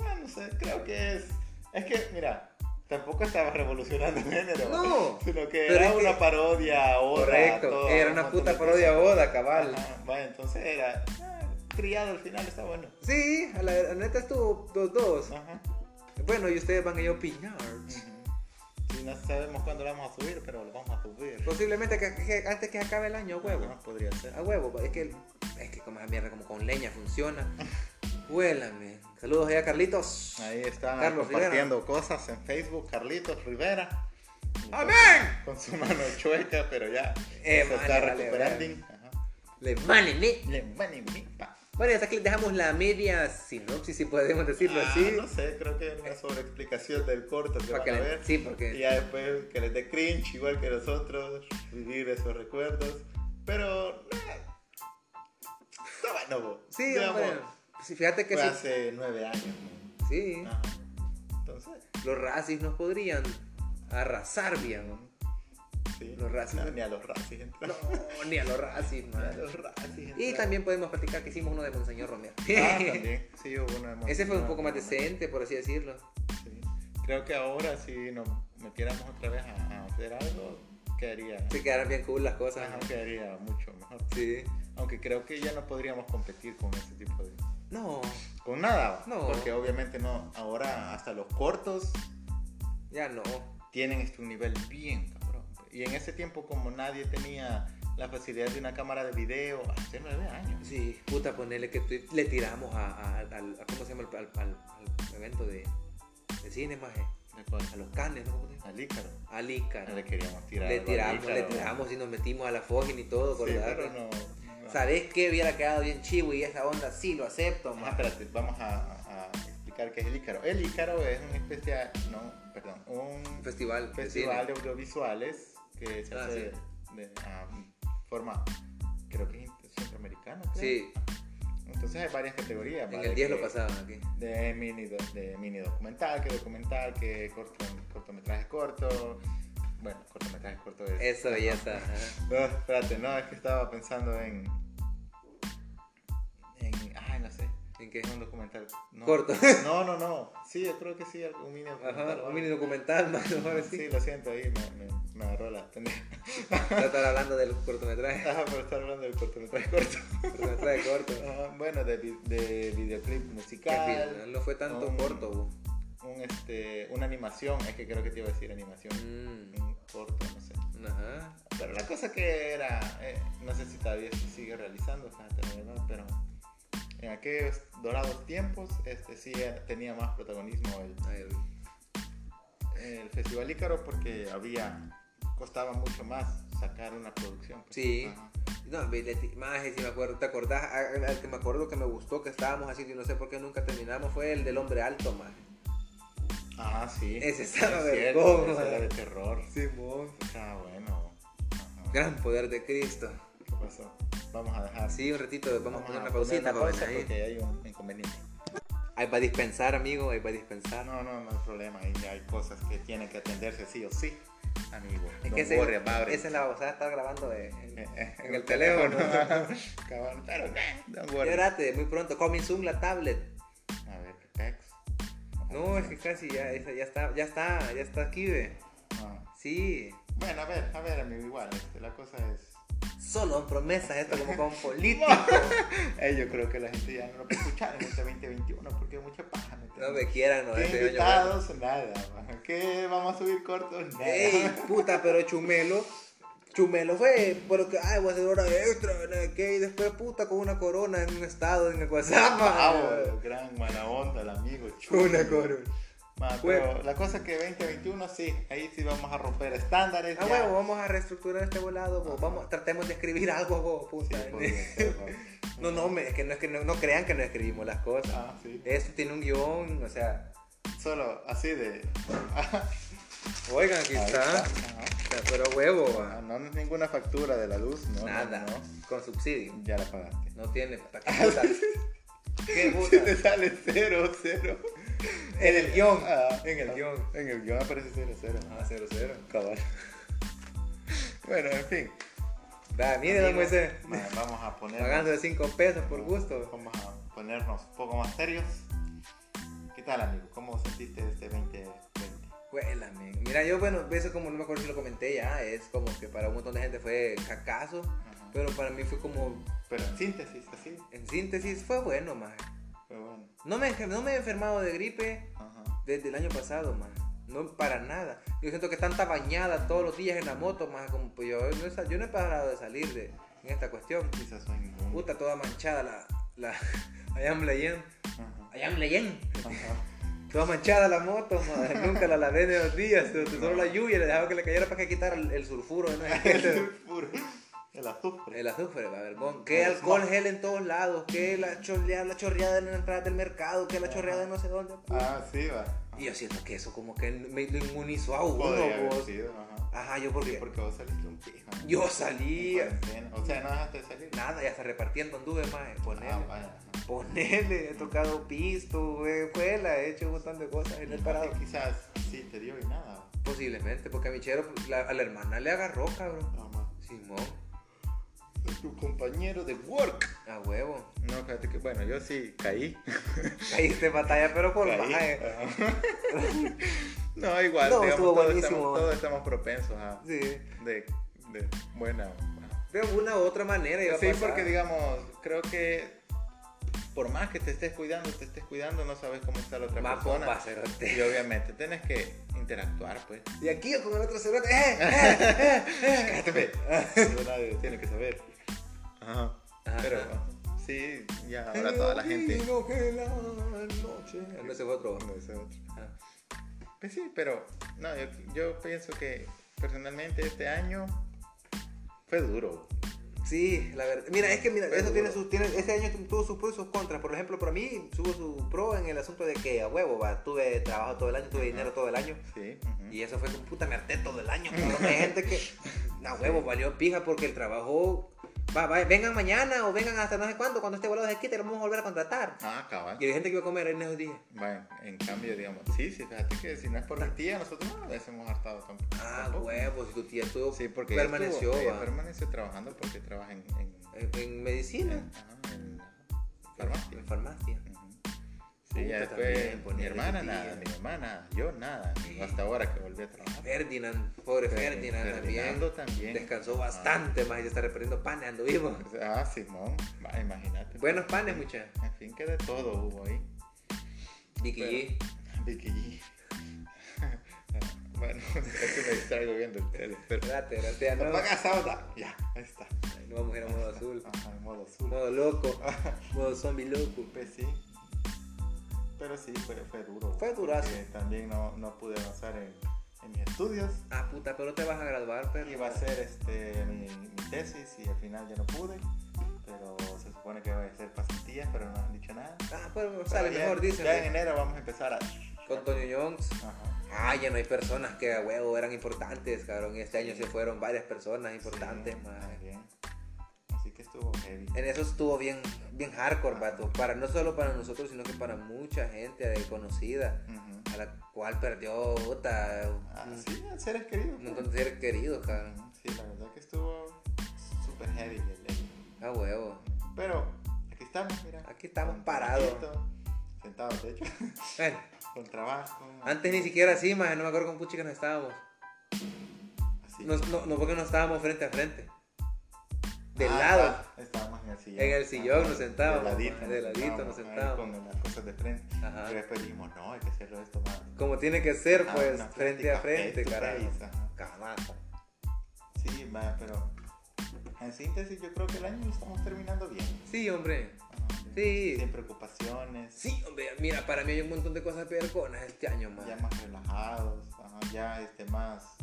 B: Ah, no sé, creo que es. Es que, mira, tampoco estaba revolucionando el género.
A: No,
B: Sino que
A: pero
B: era
A: es que-
B: una parodia ahora.
A: Correcto.
B: todo,
A: Era
B: un
A: una
B: montón
A: puta
B: de
A: parodia a
B: cosas.
A: Oda, cabal.
B: Ajá, Bueno, entonces era. ah, Criado al final, está bueno.
A: Sí, a la, la neta estuvo dos dos.
B: Ajá.
A: Bueno, y ustedes van a ir a opinar.
B: Sí, no sabemos cuándo lo vamos a subir, pero lo vamos a subir.
A: Posiblemente que- que antes que acabe el año, huevo.
B: Ajá, podría ser.
A: A huevo, es que, es que como esa mierda, como con leña funciona. Huélame. Saludos allá, Carlitos.
B: Ahí está
A: Carlos
B: compartiendo cosas en Facebook, Carlitos Rivera.
A: ¡Amén!
B: Con su mano chueca, pero ya
A: Eh,
B: se
A: vale,
B: está
A: vale,
B: recuperando. Ajá.
A: Le vale, ne.
B: Le van en mi pa.
A: Bueno, y hasta aquí les dejamos la media sinopsis, si podemos decirlo
B: Ah,
A: así.
B: No sé, creo que es una sobreexplicación del corto que
A: Para
B: van
A: que
B: a
A: le-
B: ver.
A: sí,
B: Y
A: porque
B: ya después que les dé cringe, igual que nosotros, vivir esos recuerdos. Pero. eh, está bueno, bo.
A: sí,
B: Digamos,
A: hombre. Sí, fíjate que
B: fue
A: sí,
B: hace nueve años.
A: sí,
B: ¿no? Ajá. Entonces,
A: los racis nos podrían arrasar bien. ¿no?
B: sí.
A: Los racis.
B: No, ni a los racis, entonces.
A: No, ni a los racis,
B: Ni a
A: man.
B: los racis.
A: Y
B: entonces.
A: también podemos platicar que hicimos uno de Monseñor Romero.
B: Ah, también. Sí, hubo una de
A: Ese fue un
B: Monseñor
A: poco más
B: Romero.
A: decente, por así decirlo.
B: Sí. Creo que ahora, si nos metiéramos otra vez a, a hacer algo, quedaría.
A: Se quedaron bien cool las cosas.
B: Ajá,
A: ¿no?
B: quedaría mucho mejor.
A: Sí.
B: Aunque creo que ya no podríamos competir con ese tipo de...
A: No,
B: Con nada.
A: No.
B: Porque obviamente no. Ahora hasta los cortos
A: ya no.
B: tienen este un nivel bien cabrón. Y en ese tiempo como nadie tenía la facilidad de una cámara de video hace nueve años.
A: Sí, puta, ponerle que tu- le tiramos a, a- al, a- ¿cómo se llama? Al, al- al evento de, de cine, maje.
B: ¿De cuál?
A: A los canes, ¿no? ¿Cómo se llama?
B: Al Ícaro.
A: Al
B: No
A: Ícaro.
B: le queríamos tirar.
A: Le
B: algo al
A: tiramos, le
B: Ícaro.
A: tiramos y nos metimos a la Foggin y todo,
B: Sí,
A: ¿verdad?
B: pero no... no.
A: ¿Sabes qué? Hubiera quedado bien chivo y esa onda sí lo acepto,
B: Ah,
A: maje.
B: espérate, vamos a, a- a explicar qué es el Ícaro. El Ícaro es una especie... No, perdón. Un...
A: Un festival. de
B: festival de
A: cine.
B: Pues audiovisuales que se
A: Ah,
B: hace de, ah, forma, creo que es centroamericana. creo.
A: Sí,
B: Entonces hay varias categorías.
A: en
B: ¿vale?
A: el 10 lo
B: Que-
A: pasaban aquí.
B: De mini, do- de mini documental, que documental, que corto, cortometraje corto. Bueno, cortometraje corto es.
A: Eso, belleza. ajá.
B: No, espérate, no, es que estaba pensando en. en ay, no sé.
A: ¿En qué?
B: Es un documental. No.
A: Corto.
B: No, no, no. Sí, yo creo que sí, un mini documental.
A: Ajá,
B: o
A: un mini
B: algo.
A: documental, más mejor
B: Sí,
A: sí.
B: lo siento, ahí me, me, me agarró la pendeja.
A: Tratar hablando del cortometraje,
B: Ajá, por estar hablando del cortometraje corto.
A: cortometraje corto.
B: Ajá, bueno, de, vi- de videoclip
A: Que al final
B: musical.
A: no fue tanto
B: un-
A: corto, bu.
B: Un, este, una animación, es que creo que te iba a decir animación.
A: Mm,
B: Un corto, no sé.
A: ajá.
B: Pero la cosa que era, eh, no sé si todavía se sigue realizando, o sea, te lo digo, pero en aquellos dorados tiempos, este sí era- tenía más protagonismo el,
A: Ay,
B: el Festival Ícaro porque había costaba mucho más sacar una producción. pues.
A: Sí.
B: Ajá.
A: No, más si me acuerdo, ¿te acordás? Ah, El que me acuerdo que me gustó que estábamos así y no sé por qué nunca terminamos fue el del hombre alto, más.
B: Ah, sí.
A: Ese estaba
B: Es
A: vergón,
B: cierto, esa
A: madre.
B: era de terror.
A: Simón.
B: Estaba bueno. Ajá.
A: Gran poder de Cristo.
B: ¿Qué pasó? Vamos a dejar.
A: Así un ratito, vamos, a poner una pausita,
B: poner una pausa
A: joven, ahí.
B: porque hay un inconveniente. Ah,
A: Ahí va a dispensar, amigo, ahí va a dispensar.
B: No, no, no hay problema. Ahí hay cosas que tienen que atenderse sí o sí, amigo.
A: Es
B: Don
A: que ese-
B: Borre, abre. Eh,
A: esa es la babosada de estar grabando de- en, en el teléfono.
B: teléfono. Cabal, pero, eh, Don
A: Y
B: Borre.
A: Espérate, muy pronto, coming soon la tablet.
B: A ver, Pex.
A: No, es que casi ya, esa ya está, ya está, ya está aquí, ve.
B: Ah.
A: Sí.
B: Bueno, a ver, a ver, amigo, igual. este, la cosa es.
A: Solo promesas esto como con político.
B: Eh, yo creo que la gente ya no lo puede escuchar en este 2021 porque hay mucha paja. ¿me
A: No
B: entiendes?
A: me quieran, no.
B: ¿Qué
A: este año,
B: invitados? Nada. man. ¿Qué vamos a subir cortos? Nada.
A: Ey, puta, pero Chumelo. Chumelo fue porque, ay, voy a hacer hora extra, ¿verdad? ¿Qué? Y después, puta, con una corona en un estado en el WhatsApp.
B: Bravo, gran mala onda, el amigo. chulo.
A: Una corona.
B: Ma, pero la cosa es que 2021 sí, ahí sí vamos a romper estándares.
A: Ah,
B: ya.
A: huevo, vamos a reestructurar este volado, bo.
B: Ajá.
A: vamos, tratemos de escribir algo, bo,
B: Sí,
A: puta.
B: podría ser,
A: no,
B: ¿no?
A: no, me- es que no es que no, no crean que no escribimos las cosas.
B: Ah, sí.
A: Esto tiene un guión, o sea,
B: Solo así de.
A: oigan, aquí
B: Ahí
A: está.
B: ajá.
A: Está, Pero huevo,
B: Ah,
A: va.
B: No, no es ninguna factura de la luz, no. no,
A: nada,
B: no.
A: con subsidio.
B: Ya la pagaste.
A: No tiene, puta, qué puta. Qué
B: Si
A: puta.
B: te sale cero, cero.
A: En el guión.
B: Ah,
A: en el guión.
B: En el guión aparece cero, cero.
A: Ah, 0-0.
B: Cabal. Bueno, en fin.
A: Va, mire, don
B: Amigo,
A: Moisés.
B: ma, Vamos a poner.
A: Pagando de 5 eh, pesos pues, por gusto.
B: Vamos a ponernos un poco más serios. ¿Qué tal, amigo? ¿Cómo sentiste este 2020?
A: Huela, men. Mira, yo, bueno, eso como no me acuerdo si lo comenté ya, es como que para un montón de gente fue cacazo,
B: Ajá.
A: pero para mí fue como,
B: Pero en síntesis, así.
A: en síntesis, fue bueno, man.
B: Pero bueno.
A: No me, no me he enfermado de gripe
B: Ajá.
A: desde el año pasado, man. No, para nada. Yo siento que tanta bañada todos los días en la moto, man. Como, pues, yo, no he, sal- yo no he parado de salir de, en esta cuestión.
B: Quizás soy ningún.
A: Puta, toda manchada la... la I am legend.
B: Ajá.
A: I am legend.
B: Ajá.
A: Toda manchada la moto, madre. Nunca la lavé ni dos días. Solo solo la lluvia le dejaba que le cayera para que quitara el, el sulfuro. ¿no?
B: El puro- El azufre.
A: El azufre, va, vergón. Que alcohol gel en todos lados. Que la chorreada, la chorreada en la entrada del mercado. Que la chorreada de no sé dónde.
B: Ah, sí, va.
A: Y yo siento que eso como que me lo inmunizó a uno,
B: Podría haber
A: vos.
B: sido, ajá.
A: Ajá, yo porque...
B: Porque vos saliste un pijo. ¿no?
A: Yo
B: En
A: salí...
B: cuarentena. O sea, no dejaste de salir.
A: Nada, y hasta repartiendo anduve, más. Ponele.
B: Ah, vaya. ajá.
A: Ponele. He tocado pisto, güey, escuela. He hecho un montón de cosas en el parado.
B: Así Quizás sí te dio y nada.
A: Posiblemente, porque a Michero, la- a la hermana le agarró, cabrón.
B: Nada más.
A: Simón,
B: Tu compañero de work.
A: a huevo.
B: No, fíjate que, bueno, yo sí caí.
A: Caíste en batalla, pero por
B: Ahí.
A: baja, eh.
B: Ajá. no, igual,
A: No,
B: digamos,
A: estuvo
B: todos,
A: buenísimo.
B: estamos, todos estamos propensos a
A: Sí.
B: de, de buena.
A: De alguna u otra manera iba a
B: Sí,
A: pasar.
B: porque digamos, creo que por más que te estés cuidando, te estés cuidando, no sabes cómo está la otra
A: Más
B: persona.
A: compa, cerote.
B: Y obviamente tienes que interactuar, pues.
A: Y aquí yo con el otro cerote. ¡Eh! ¡Eh!
B: Cállate, ve. Eso nadie tiene que saber. Ajá.
A: Ajá.
B: Pero sí, ya ahora toda la gente.
A: Vino que la noche. Ah, No, ese fue otro.
B: No, ese otro.
A: Ah.
B: Pues sí, pero no, yo, yo pienso que personalmente este año fue duro.
A: Sí, la verdad. Mira, es que mira,
B: Pero
A: eso tiene
B: bueno.
A: sus, tiene, este año tuvo sus pros y sus contras. Por ejemplo, para mí tuvo su pro en el asunto de que a huevo, va, tuve trabajo todo el año, tuve dinero todo el año.
B: Sí. ujú.
A: Y eso fue como puta, me harté todo el año. cabrón. Hay gente que, na huevo, valió pija porque el trabajo. Va, va, vengan mañana o vengan hasta no sé cuándo, cuando esté volado de quite, lo vamos a volver a contratar.
B: Ah, cabal.
A: Y hay gente que iba a comer en esos días.
B: Bueno, en cambio, digamos, sí, sí, fíjate que si no es por mi tía, nosotros no nos hubiésemos hartado tan- tampoco.
A: Ah, huevo, si tu tía estuvo.
B: Sí, porque ella
A: permaneció.
B: estuvo- ella
A: va,
B: permaneció trabajando porque trabaja en, en,
A: en, en medicina,
B: en- ajá, en farmacia. Mm.
A: en farmacia.
B: Ujú. Sí, ya
A: Puta,
B: después
A: también,
B: mi
A: ponerle
B: hermana
A: tía.
B: nada, mi mamá nada, yo nada,
A: Sí. Ah,
B: hasta ahora que volví a trabajar.
A: Ferdinand, pobre Ferdinand,
B: Ferdinando también.
A: también. Descansó
B: Ah.
A: bastante más y se está reprendiendo panes, ando vivo.
B: Ah, Simón, va, imagínate.
A: Buenos panes, muchachos.
B: En fin, que de todo hubo ahí.
A: Vicky G.
B: Vicky G. bueno, es que me distraigo viendo el tele. Pero...
A: Espérate, espérate, no.
B: Apaga esa onda. Ya, ahí está.
A: No vamos a ir a modo azul.
B: Ajá, en modo azul.
A: Modo loco. modo zombie loco.
B: Pues sí. Pero sí, fue, fue duro.
A: Fue durazo.
B: porque También no, no pude avanzar en, en mis estudios
A: Ah, puta, pero te vas a graduar, pero.
B: iba a hacer este, mi, mi tesis y al final ya no pude, pero se supone que voy a hacer pasantías, pero no me han dicho nada.
A: Ah, pero
B: Pero
A: sale
B: ya-
A: mejor, dicen.
B: Ya en enero vamos a empezar a...
A: Con Tony Jones.
B: Ajá.
A: Ah, ya no hay personas que a huevo eran importantes, cabrón. Este año se fueron varias personas importantes,
B: Sí,
A: mae.
B: también. Así que estuvo heavy.
A: En eso estuvo bien, bien hardcore,
B: Ah.
A: vato. Para, no solo para nosotros, sino que para mucha gente eh, conocida,
B: Ujú.
A: a la cual perdió puta,
B: Ah,
A: un-
B: sí, seres queridos.
A: un montón de seres queridos, cabrón.
B: Sí, la verdad que estuvo súper heavy. el- el-
A: A huevo.
B: Pero aquí estamos, mira.
A: Aquí estamos
B: Con
A: parados.
B: trabajito, Sentados, de hecho,
A: Bueno,
B: con trabajo.
A: Eh, antes ni siquiera así, más no me acuerdo con puchi que nos estábamos.
B: Así.
A: No, no, no porque nos estábamos frente a frente. De
B: Ah,
A: lado.
B: está- Estábamos en el sillón.
A: En el sillón
B: Ajá,
A: nos sentábamos,
B: De ladito,
A: de ladito nos
B: ahí
A: sentábamos.
B: Con las cosas de frente.
A: Ajá.
B: Pero después dijimos, no, hay que hacerlo esto más.
A: Como tiene que ser,
B: Ah,
A: pues,
B: una
A: frente
B: plática
A: a frente,
B: face to
A: carajo.
B: face, ajá.
A: Camazo.
B: Sí, va, pero en síntesis yo creo que el año lo estamos terminando bien.
A: Sí, hombre.
B: Ajá,
A: Sí.
B: Sin preocupaciones.
A: Sí, hombre, mira, para mí hay un montón de cosas perconas este año, man.
B: ya más relajados, ajá, ya este más.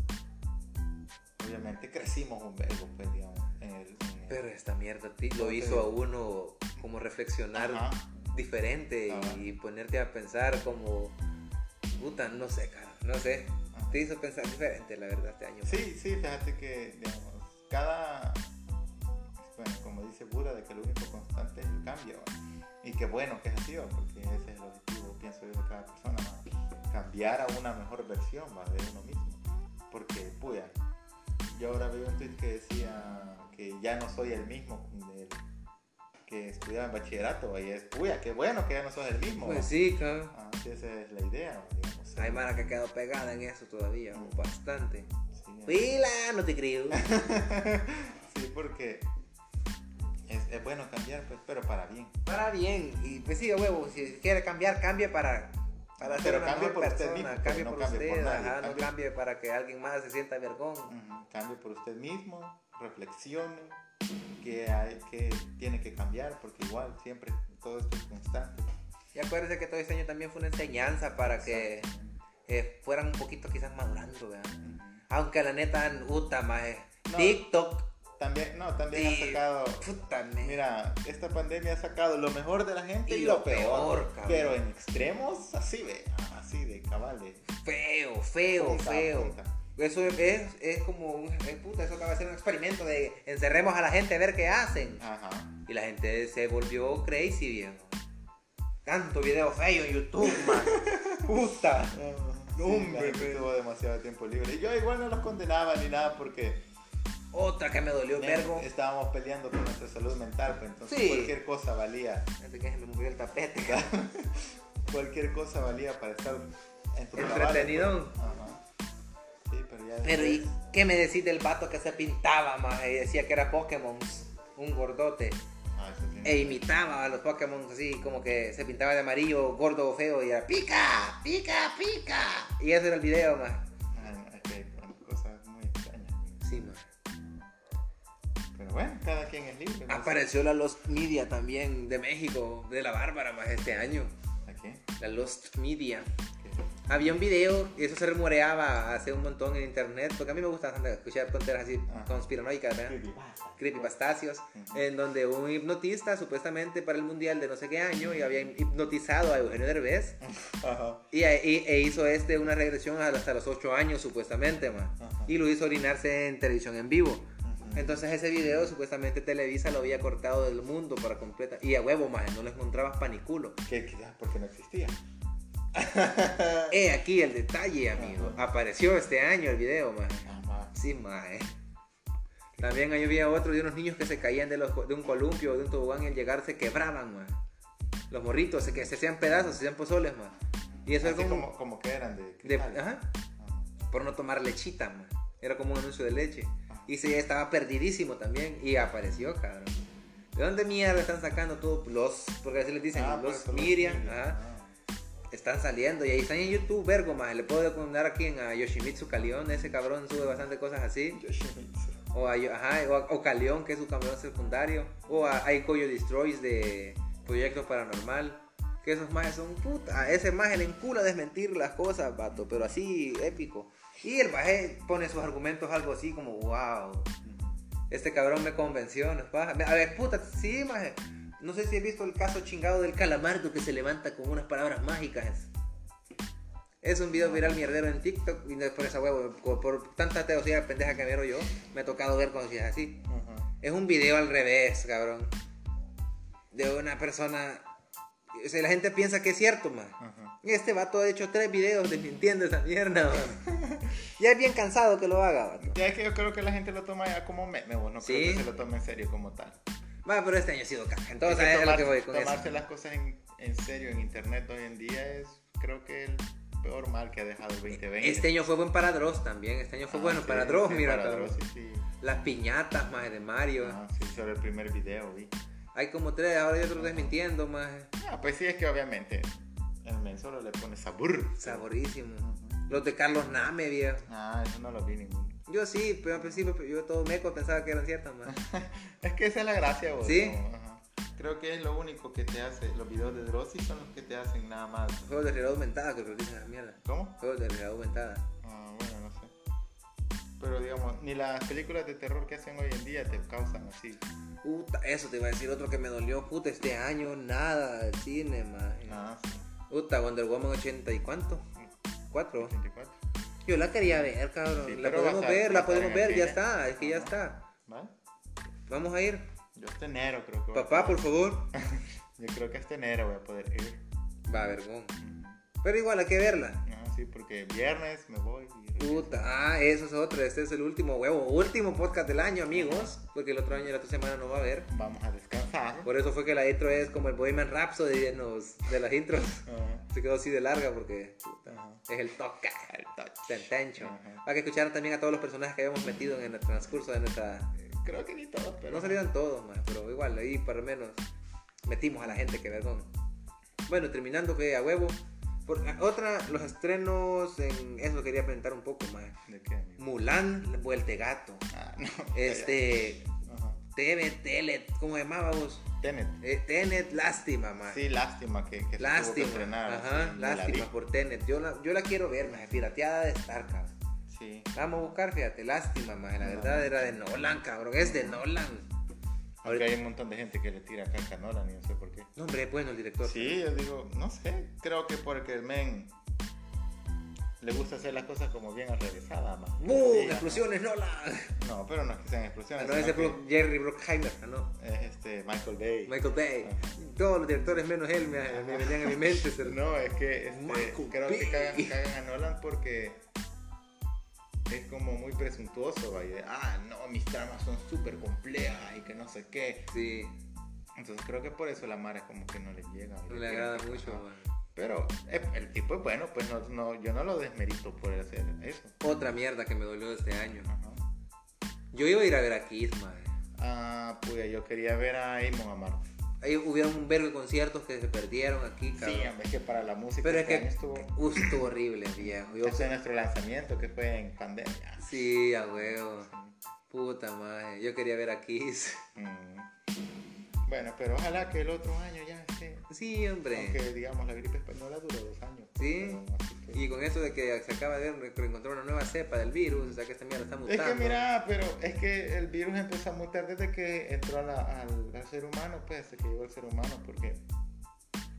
B: Obviamente crecimos un verbo, pues, digamos, en el. en el-
A: Pero esta mierda ti- lo
B: Ok.
A: hizo a uno como reflexionar
B: Ajá. Ah,
A: diferente
B: Ajá.
A: y ponerte a pensar como. Puta, no sé, cara, no sé.
B: Ajá.
A: Te hizo pensar diferente, la verdad, este año.
B: Ah. Sí, sí, fíjate que, digamos, cada. Bueno, como dice Buda, de que lo único constante es el cambio. ¿va? Y qué bueno que es así, ¿va? porque ese es el objetivo, pienso yo, de cada persona, ¿va? cambiar a una mejor versión ¿va? de uno mismo. Porque, puya, yo ahora veo un tweet que decía que ya no soy el mismo del que estudiaba en bachillerato, ¿va? y es, puya, qué bueno que ya no sos el mismo. ¿va?
A: Pues sí, cabrón.
B: Ah, sí, esa es la idea, ¿va? digamos. ser-
A: Hay mara que ha quedado pegada en eso todavía,
B: Mm.
A: bastante.
B: sí,
A: Pila, no te creo.
B: Sí, porque es, es bueno cambiar, pues, pero para bien.
A: Para bien, y pues sí, a huevo, si quiere cambiar, cambie para, para ser
B: Pero
A: una
B: cambie
A: mejor
B: por usted
A: persona,
B: mismo,
A: cambie
B: no
A: por
B: cambie
A: usted,
B: por nadie,
A: ajá, no
B: cambie- Mm.
A: cambie para que alguien más se sienta vergón.
B: Ujú, Cambie por usted mismo, reflexione que, hay, que tiene que cambiar, porque igual siempre todo esto es constante.
A: Y acuérdese que todo este año también fue una enseñanza para que eh, fueran un poquito quizás madurando, ¿verdad?
B: Ujú.
A: Aunque la neta, uta, más
B: No.
A: TikTok,
B: También, no, también ha
A: Sí.
B: sacado.
A: puta, me-
B: Mira, esta pandemia ha sacado lo mejor de la gente y, lo, peor.
A: cabrón.
B: pero en extremos, así de, así de cabales.
A: feo, feo,
B: Punta,
A: feo.
B: punta.
A: Eso es, es, es como un, es puta, eso acaba de ser un experimento de encerremos a la gente a ver qué hacen.
B: Ajá.
A: Y la gente se volvió crazy, viejo. Tanto video feo en YouTube, man. Puta.
B: Sí,
A: Hombre,
B: la gente
A: pero-
B: tuvo demasiado tiempo libre. Y yo igual no los condenaba ni nada porque
A: Otra que me dolió,
B: eh,
A: vergo.
B: estábamos peleando por nuestra salud mental, pues entonces
A: Sí.
B: cualquier cosa valía,
A: Fíjate que se me movió el tapete.
B: cualquier cosa valía para estar en tu trabajo,
A: Entretenido.
B: pues. Ajá. Sí, pero ya
A: Pero ¿y
B: después-
A: qué me decís del vato que se pintaba, más Y decía que era Pokémon. Un gordote.
B: Ah, eso tiene-
A: E imitaba a los Pokémon así, como que se pintaba de amarillo, gordo o feo. Y era pica, pica, pica. Y eso era el video, más.
B: Ah, no, es que hay cosas muy extrañas.
A: Sí, man.
B: Pero bueno, cada quien es libre. pues.
A: Apareció la Lost Media también de México, de la Bárbara, más este año.
B: Aquí.
A: La Lost Media.
B: que-
A: Había un video, y eso se rumoreaba hace un montón en internet, porque a mí me gusta bastante escuchar tonteras así
B: Ajá.
A: conspiranoicas, ¿verdad? Creepypastacios,
B: Ah. Ujú.
A: en donde un hipnotista, supuestamente para el mundial de no sé qué año, y había hipnotizado a Eugenio Derbez,
B: Ajá.
A: y, y- e hizo este una regresión hasta los 8 años, supuestamente, man.
B: Ajá.
A: Y lo hizo orinarse en televisión en vivo.
B: Ujú.
A: Entonces ese video supuestamente Televisa lo había cortado del mundo para completa. Y a huevo, más, no lo encontrabas paniculo.
B: Que quizás porque no existía. Ah.
A: He aquí el detalle, amigo. Apareció este año el video, man.
B: Ah, ma.
A: Sí, mae. También ahí había otro de unos niños que se caían de, los, de un columpio o de un tobogán y al llegar se quebraban, mae. Los morritos, se, que se hacían pedazos, se hacían pozoles, mae. Y eso
B: Así
A: es como...
B: como, como que eran de
A: de-
B: cristales.
A: ajá,
B: Ah.
A: por no tomar lechita, mae. Era como un anuncio de leche.
B: Ajá.
A: Y se estaba perdidísimo también y apareció, cabrón. ¿De dónde mierda están sacando todo? Los, porque así les dicen,
B: Ah, por
A: los
B: eso
A: Miriam,
B: Miriam.
A: ajá
B: Ah.
A: están saliendo y ahí están en YouTube, vergo, más. Le puedo recomendar a quien, a ah, Yoshimitsu Calión, ese cabrón sube bastante cosas así. O a, Yo- ajá, o, a- o Calión, que es su campeón secundario. O a Aikoyo Destroys de Proyecto Paranormal. que esos majes son puta. A ese maje le encula desmentir las cosas, vato, pero así épico. Y el maje pone sus argumentos algo así como, wow, este cabrón me convenció, no es paja. A ver, puta, sí, maje. No sé si has visto el caso chingado del calamardo que se levanta con unas palabras mágicas. Es un video viral mierdero en TikTok y no es por esa huevo, por, por tanta teoría pendeja que miro yo, me ha tocado ver cosas así.
B: Ajá.
A: Es un video al revés, cabrón. De una persona. O sea, la gente piensa que es cierto, man.
B: Ajá.
A: Este vato ha hecho tres videos desmintiendo esa mierda, man. ya es bien cansado que lo haga, vato.
B: Ya es que yo creo que la gente lo toma ya como meme, vos no
A: Sí.
B: creo que se lo tome en serio como tal.
A: Va, pero este año ha sido caca. Entonces,
B: Es que
A: es lo
B: tomar-
A: que voy con eso.
B: tomarse las cosas en, en serio en internet hoy en día es, creo que el peor mal que ha dejado el 2020.
A: Este año fue buen para Dross también. Este año fue
B: Ah,
A: bueno
B: sí,
A: para Dross,
B: sí,
A: mira,
B: para
A: cabrón.
B: Dross, sí, sí.
A: Las piñatas, más de Mario.
B: Ah, sí, sobre el primer video, vi.
A: Hay como tres, ahora yo otro desmintiendo, más.
B: Ah, pues sí, es que obviamente el men solo le pone sabor.
A: Saborísimo. Los de Carlos Name, viejo.
B: Ah, eso no lo vi ninguno.
A: Yo sí, pero al principio yo todo meco pensaba que eran ciertas, más.
B: Ah. Es que esa es la gracia, vos.
A: ¿Sí?
B: ¿no? Ajá. Creo que es lo único que te hace. Los videos de Drossi son los que te hacen nada más.
A: Juegos de realidad aumentada, creo que dicen la mierda.
B: ¿Cómo?
A: Juegos de realidad aumentada.
B: Ah, bueno, no sé. Pero digamos, ni las películas de terror que hacen hoy en día te causan así.
A: Puta, eso te iba a decir otro que me dolió, puta, este año nada del cine, maje.
B: Nada, sí.
A: Puta, Wonder Woman 80 y cuánto? Cuatro.
B: 84.
A: Yo la quería ver, cabrón.
B: Sí,
A: la
B: pero
A: podemos
B: vas a-
A: ver,
B: vas
A: la
B: a
A: podemos
B: ver en
A: ver, ya
B: cine.
A: está, es que ya
B: Ajá.
A: está.
B: ¿Vale?
A: Vamos a ir.
B: Yo hasta enero creo que voy a
A: Papá, por
B: poder-
A: favor.
B: Yo creo que hasta enero voy a poder ir.
A: Va, vergón.
B: Ujú.
A: Pero igual, hay que verla.
B: Ah, sí, porque viernes me voy. y-
A: Puta, ah, eso es otro, este es el último huevo, último podcast del año, amigos, porque el otro año, la otra semana no va a haber.
B: Vamos a descansar.
A: Por eso fue que la intro es como el Bohemian Rhapsody de, los- de las intros.
B: Ah,
A: Se quedó así de larga porque
B: ajá.
A: es el toca, el tentencho.
B: Ajá.
A: Para que escucharan también a todos los personajes que habíamos metido en el transcurso de nuestra...
B: Creo que ni todos, pero.
A: No salieron todos más, pero igual, ahí por lo menos metimos a la gente, que vergón. Bueno, terminando que a huevo. Por, ah, otra, los estrenos en... Eso quería presentar un poco más.
B: ¿De qué, amigo?
A: Mulan, Vuelte Gato.
B: Ah, no.
A: Este...
B: Ajá.
A: TV, Tele, ¿cómo se llamaba vos?
B: Tenet.
A: Eh, Tenet, lástima, más.
B: Sí, lástima que, que se tuvo que
A: Lástima,
B: estrenar.
A: ajá,
B: sí, me la
A: lástima por Tenet. Yo la, yo la quiero ver, más pirateada de Star, cabrón.
B: vi. Sí.
A: La vamos a buscar, fíjate, lástima, más. La verdad era de Nolan, cabrón, es de Nolan.
B: Aunque hay un montón de gente que le tira caca a Nolan y no sé por qué.
A: No, hombre, es bueno el director.
B: Sí, yo digo, no sé. Creo que porque el men le gusta hacer las cosas como bien arregladas más. que
A: ¡Bum!
B: así, ajá.
A: ¡Explosiones, Nolan!
B: No, pero no es que sean
A: Ah,
B: explosiones.
A: no, ese
B: sino
A: fue Jerry Bruckheimer, ah, no.
B: que es este Michael Bay.
A: Michael Bay.
B: Ajá.
A: Todos los directores menos él me, me venían a mi mente. ser-
B: No, es que este,
A: Michael
B: creo
A: Bay.
B: que cagan, cagan a Nolan porque es como muy presuntuoso, va, y de, ah, no, mis tramas son súper complejas y que no sé qué.
A: Sí,
B: Entonces creo que por eso la Mara como que no le llega.
A: no le agrada mucho.
B: Ajá.
A: man.
B: Pero eh, el tipo es bueno, pues no, no, yo no lo desmerito por hacer eso.
A: Otra mierda que me dolió de este año.
B: Ajá.
A: Yo iba a ir a ver a Kiss, madre.
B: Ah, pues yo quería ver a Amon Amar.
A: Ahí hubieron un verbo de conciertos que se perdieron aquí, cabrón.
B: Sí, hombre, es que para la música
A: Pero es
B: este
A: que
B: año estuvo...
A: Uf, estuvo horrible, viejo. Yo-
B: Este fue nuestro lanzamiento que fue en pandemia.
A: sí, a huevo. Puta madre. Yo quería ver a Kiss.
B: Mm. Bueno, pero ojalá que el otro año ya esté.
A: Sí, hombre.
B: Aunque digamos la gripe española duró dos años.
A: Sí.
B: Pero, así que-
A: Y con eso de que se acaba de encontrar una nueva cepa del virus, o sea que esta mierda está
B: Es
A: mutando.
B: que mira, pero es que el virus empezó a mutar desde que entró a la- al, al ser humano, pues desde que llegó al ser humano, porque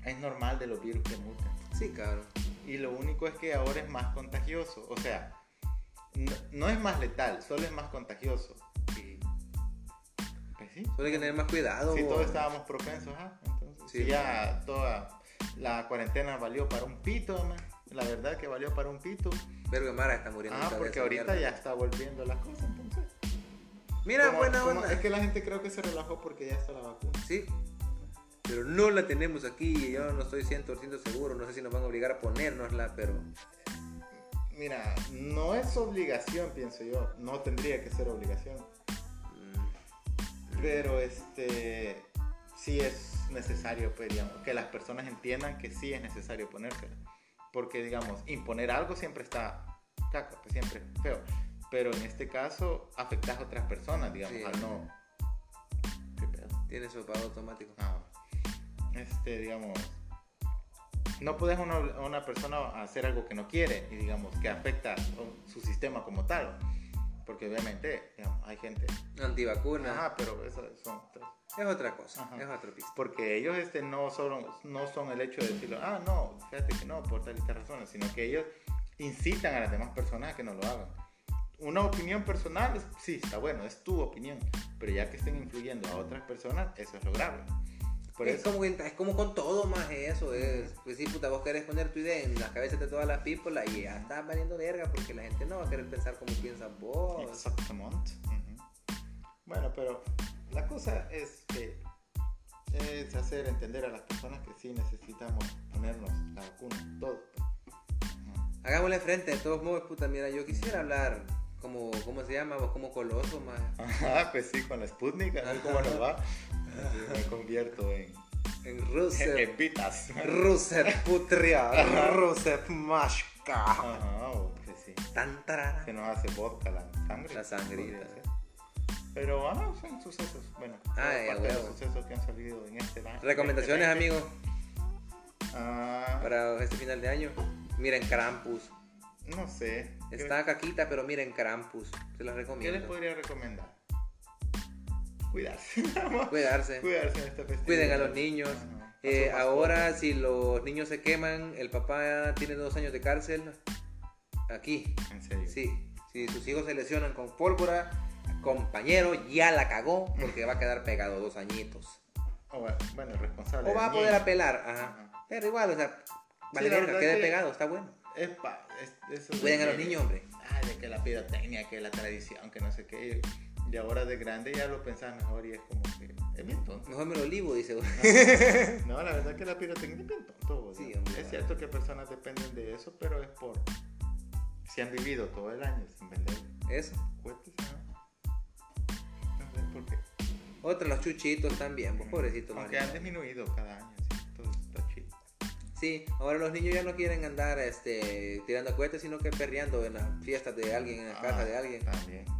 B: es normal de los virus que mutan.
A: Sí, cabrón.
B: Y lo único es que ahora es más contagioso, o sea, no, no es más letal, solo es más contagioso. Y, pues sí,
A: Solo hay que tener más cuidado.
B: sí
A: bo.
B: todos estábamos propensos, ajá. Entonces,
A: Sí,
B: si ya toda la cuarentena valió para un pito, man. la verdad que valió para un pito.
A: Verga, Mara está muriendo.
B: Ah,
A: otra vez
B: porque
A: esa
B: ahorita
A: mierda.
B: ya está volviendo las cosas, entonces.
A: Mira,
B: Como-
A: buena
B: como-
A: onda.
B: Es que la gente creo que se relajó porque ya está la vacuna.
A: Sí. Pero no la tenemos aquí y yo no estoy 100% seguro. No sé si nos van a obligar a ponérnosla, pero.
B: Mira, no es obligación, pienso yo. No tendría que ser obligación.
A: mm,
B: Pero este sí es necesario, pues, digamos, que las personas entiendan que sí es necesario ponérsela. Porque, digamos, imponer algo siempre está caca, pues siempre es feo. Pero en este caso afectas a otras personas, digamos,
A: Sí.
B: al no. ¿Qué pedo?
A: tiene su pago automático.
B: Ah, este, Ah, digamos, no puedes a una, a una persona hacer algo que no quiere y digamos que afecta su- su sistema como tal. Porque obviamente, digamos, hay gente.
A: Antivacuna.
B: Ajá, pero eso son otras-
A: Es otra cosa,
B: Ajá.
A: es otro pista.
B: Porque ellos este, no, son, no son el hecho de decirlo, ah, no, fíjate que no, por tal y tal razón, sino que ellos incitan a las demás personas a que no lo hagan. Una opinión personal, es- sí, está bueno, es tu opinión, pero ya que estén influyendo a otras personas, eso es lo grave. Por
A: es,
B: eso,
A: Como, en- es como con todo más eso, es, pues sí, puta, vos querés poner tu idea en las cabezas de todas las people y ya estás valiendo verga porque la gente no va a querer pensar como piensas vos.
B: Exactamente. Ujú. Bueno, pero la cosa es que es hacer entender a las personas que sí necesitamos ponernos la vacuna, todo.
A: Hagámosle frente, de todos modos, puta, mira, yo quisiera hablar como, ¿cómo se llama? Vos como coloso, más.
B: Ajá, pues sí, con la Sputnik, a ver cómo nos va. Yo me convierto en,
A: En Rusev.
B: en pitas.
A: Rusev putria, Rusev mashka.
B: Ajá, o que sí.
A: Tan tarara.
B: Se nos hace vodka la sangre.
A: La sangrita.
B: Pero, ah, no, son sucesos. Bueno, son
A: Ay,
B: parte de los
A: Ah, huevo.
B: sucesos que han salido en este año.
A: Recomendaciones,
B: Este
A: amigos,
B: Ah,
A: para este final de año. Miren Krampus.
B: no sé. ¿Qué-
A: Está caquita, pero miren Krampus. Se las
B: ¿Qué les
A: recomiendo.
B: podría recomendar? Cuidarse. Vamos.
A: Cuidarse.
B: Cuidarse en esta festividad.
A: Cuiden a los niños.
B: Ajá.
A: Eh,
B: A sus
A: ahora, si los niños se queman, el papá tiene dos años de cárcel. Aquí,
B: mascotas. En serio.
A: sí. Si sus hijos se lesionan con pólvora, compañero, ya la cagó porque va a quedar pegado dos añitos.
B: O bueno, bueno, responsable.
A: O va a
B: del
A: poder
B: niño.
A: apelar, ajá.
B: Ajá.
A: Pero igual, o sea, vale
B: la
A: verga,
B: verdad
A: quede
B: que-
A: pegado, está bueno.
B: Epa, es- eso
A: Cuiden a los
B: viene.
A: niños, hombre.
B: Ah, de que la pirotecnia, que la tradición, que no sé qué. Y ahora de grande ya lo pensás mejor y es como que es bien tonto.
A: Mejor me lo olivo, dice.
B: No, la verdad que la pirotecnia es bien tonto. o sea,
A: Sí, hombre,
B: es cierto que personas dependen de eso, pero es por si han vivido todo el año sin vender
A: Eso.
B: cohetes. No, no sé por qué.
A: Otra, los chuchitos también, pues, vos, pobrecitos. los
B: Aunque han
A: animales.
B: disminuido cada año, sí, todo está chido.
A: Sí, ahora los niños ya no quieren andar este, tirando cohetes, sino que perreando en las fiestas de alguien, en la casa
B: Ah,
A: de alguien.
B: También. ajá.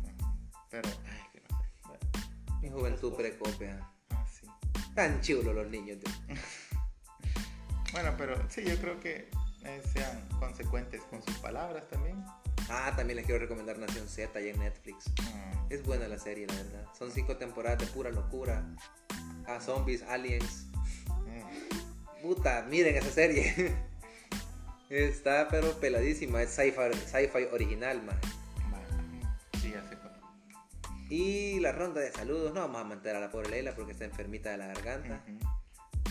B: Pero, ay, que no sé. Bueno,
A: Mi juventud precoz, vea.
B: ah, sí.
A: Tan chulos los niños. de-
B: Bueno, pero sí, yo creo que eh, sean consecuentes con sus palabras también.
A: Ah, también les quiero recomendar Nación Z ahí en Netflix.
B: Mm,
A: Es buena la serie, la verdad. Son cinco temporadas de pura locura. Ah, zombies, aliens.
B: mm.
A: Puta, miren esa serie. Está pero peladísima. Es sci-fi sci-fi original, más.
B: Va, Sí, ya sé cuál.
A: Y la ronda de saludos. No vamos a mantener a la pobre Leila porque está enfermita de la garganta.
B: Ujú.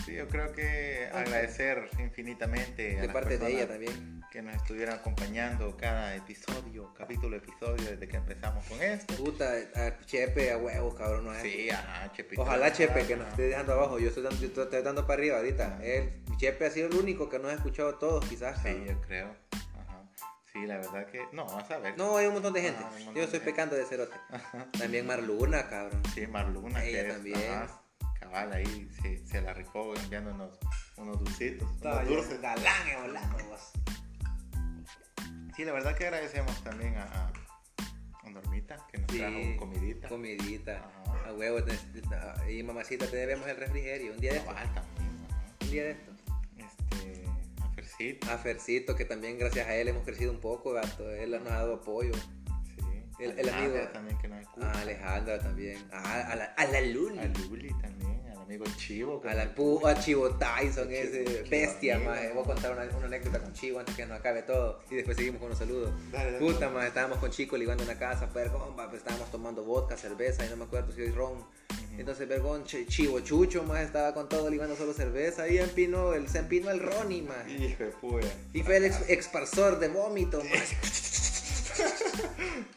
B: Sí, yo creo que
A: Ah,
B: agradecer infinitamente Eh, a
A: De
B: las
A: parte de
B: personas
A: ella también.
B: que nos estuvieron acompañando cada episodio, capítulo, episodio desde que empezamos con esto.
A: Puta, a Chepe, a huevos, cabrón. No es.
B: Sí, ajá, Chepito.
A: Ojalá Chepe que nos
B: Ajá.
A: esté dejando abajo. Yo estoy dando, yo estoy- estoy dando para arriba ahorita. El, Chepe ha sido el único que nos ha escuchado todos, quizás.
B: Sí,
A: cabrón.
B: yo creo. Ajá. Sí, la verdad que. No, vas a ver.
A: No, hay un montón de gente.
B: Ah, hay un montón
A: yo estoy
B: de gente.
A: pecando de cerote. También Marluna, cabrón.
B: Sí, Marluna,
A: Ella
B: que es,
A: también.
B: ajá, cabal ahí, se, se la rifó enviándonos unos dulcitos.
A: Estaba
B: unos
A: yo
B: dulces.
A: Galán, eh, volando, vos.
B: Sí, la verdad que agradecemos también a, a Normita, que nos
A: Sí.
B: trajo comidita.
A: Comidita.
B: Ajá.
A: A huevos. te- Y mamacita, te debemos el refrigerio. Un día de estos.
B: Cabal también, ajá.
A: Un día de estos.
B: Este, a Fercita,
A: A Fercito, que también gracias a él hemos crecido un poco, gato. Él nos ha dado apoyo.
B: sí.
A: El- el
B: A
A: amigo. Ah.
B: Nadia también que nos escucha.
A: A Alejandra también. A, a la, a la Luli.
B: A Luli también, al amigo Chivo. que
A: A la
B: nos
A: pu-
B: escucha.
A: a Chivo Tyson,
B: Chivo,
A: ese
B: Chivo
A: bestia,
B: amigo.
A: más. Voy a contar una, una anécdota con Chivo antes que nos acabe todo. Y después seguimos con los saludos.
B: Dale, dale.
A: Puta, más, estábamos con Chico ligando en la casa, Vergón, va, pues, estábamos tomando vodka, cerveza, y no me acuerdo si hoy ron. Entonces, Vergón, Ch- Chivo Chucho, más, estaba con todo ligando solo cerveza. Y empinó, el, se empinó el Ronnie, más.
B: Hijo de puya.
A: Y fue el ex- exparsor de vómito, más.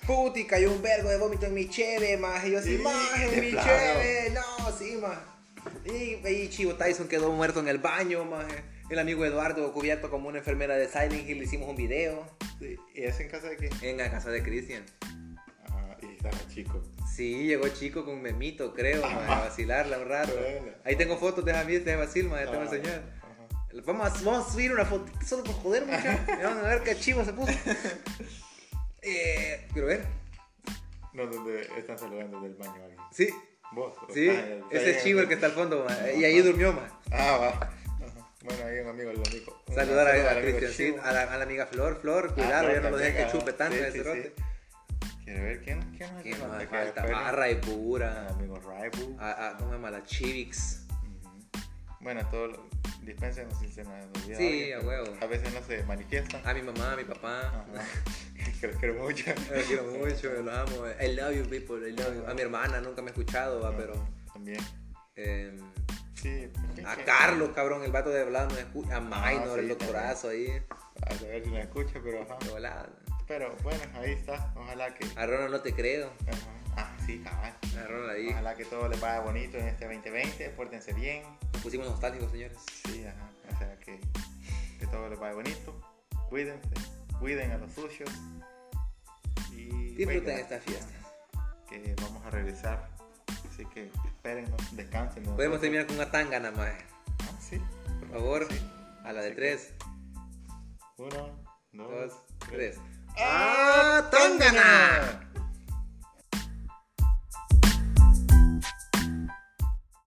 A: Puti, cayó un vergo de vómito en mi cheve, más. Y yo sí,
B: Sí,
A: más, en
B: de
A: mi
B: plano.
A: cheve. No, sí, más. Y, y Chivo Tyson quedó muerto en el baño, más. El amigo Eduardo cubierto como una enfermera de Silent Hill, le hicimos un video
B: Sí, ¿Y es en casa de quién?
A: en la casa de Cristian.
B: Ah, y estaba chico.
A: Sí, llegó chico con memito, creo, maje, a vacilarla un rato.
B: Bueno.
A: Ahí tengo fotos de Javier de este Basil, maje, te voy a
B: Ah,
A: enseñar.
B: ajá.
A: Vamos a, vamos a subir una foto solo por joder, muchachos. Vamos a ver qué chivo se puso. Eh, quiero ver.
B: No, donde están saludando del baño alguien.
A: Sí,
B: ¿Vos?
A: sí.
B: Ah, el-
A: Ese es chivo el que está al fondo, maje, y ahí durmió, maje.
B: Ah, va. Bueno, ahí un amigo lo dijo. Un
A: Saludar
B: saludo
A: a, a
B: al amigo
A: Cristiancito,
B: Chivo. Ah,
A: a la, a la amiga Flor. Flor, cuidado,
B: Flor
A: ya no lo dejes
B: también,
A: que
B: ah,
A: chupe tanto
B: sí,
A: ese
B: sí,
A: rote.
B: Quiero ver quién, quién es
A: Que
B: el
A: no
B: rote
A: hace
B: que
A: falta. Ah.
B: fue el-
A: Barra y
B: el
A: pura.
B: Ah, Amigo Raibu.
A: A, a, ¿Cómo se llama? La Chivix.
B: Bueno, todo lo, dispensen si se nos olvida
A: Sí, a
B: alguien, pero
A: huevo. Ah,
B: A veces no se manifiestan.
A: A mi mamá, a mi papá.
B: Ajá. Que los quiero mucho.
A: Los quiero mucho, los amo. I love you, people. I love you. A mi hermana, nunca me ha escuchado, va, pero.
B: También.
A: eh,
B: Sí. pues,
A: a
B: sí.
A: Carlos, cabrón, el vato de Vlad no escucha. A Minor,
B: Ah, sí,
A: el doctorazo ahí.
B: A ver si me escucha, pero ajá.
A: De volada.
B: Pero bueno, ahí está. Ojalá que.
A: A Ronald no te creo.
B: Ajá. Ah, sí, cabal.
A: A Ronald ahí.
B: Ojalá que todo les vaya bonito en este 2020. Pórtense bien.
A: Nos pusimos nostálgicos, señores.
B: Sí, ajá. O sea, que, que todo les vaya bonito. Cuídense. Cuiden a los suyos. Y
A: Disfruten
B: cuídense.
A: esta fiesta.
B: Que vamos a regresar. Así que espérennos, descansen.
A: Podemos terminar con una tangana más.
B: Ah, sí.
A: Por favor,
B: Sí.
A: a la de tres,
B: Uno, dos,
A: dos, tres.
B: ¡Ah,
A: ¡Ah, tangana!
B: tangana!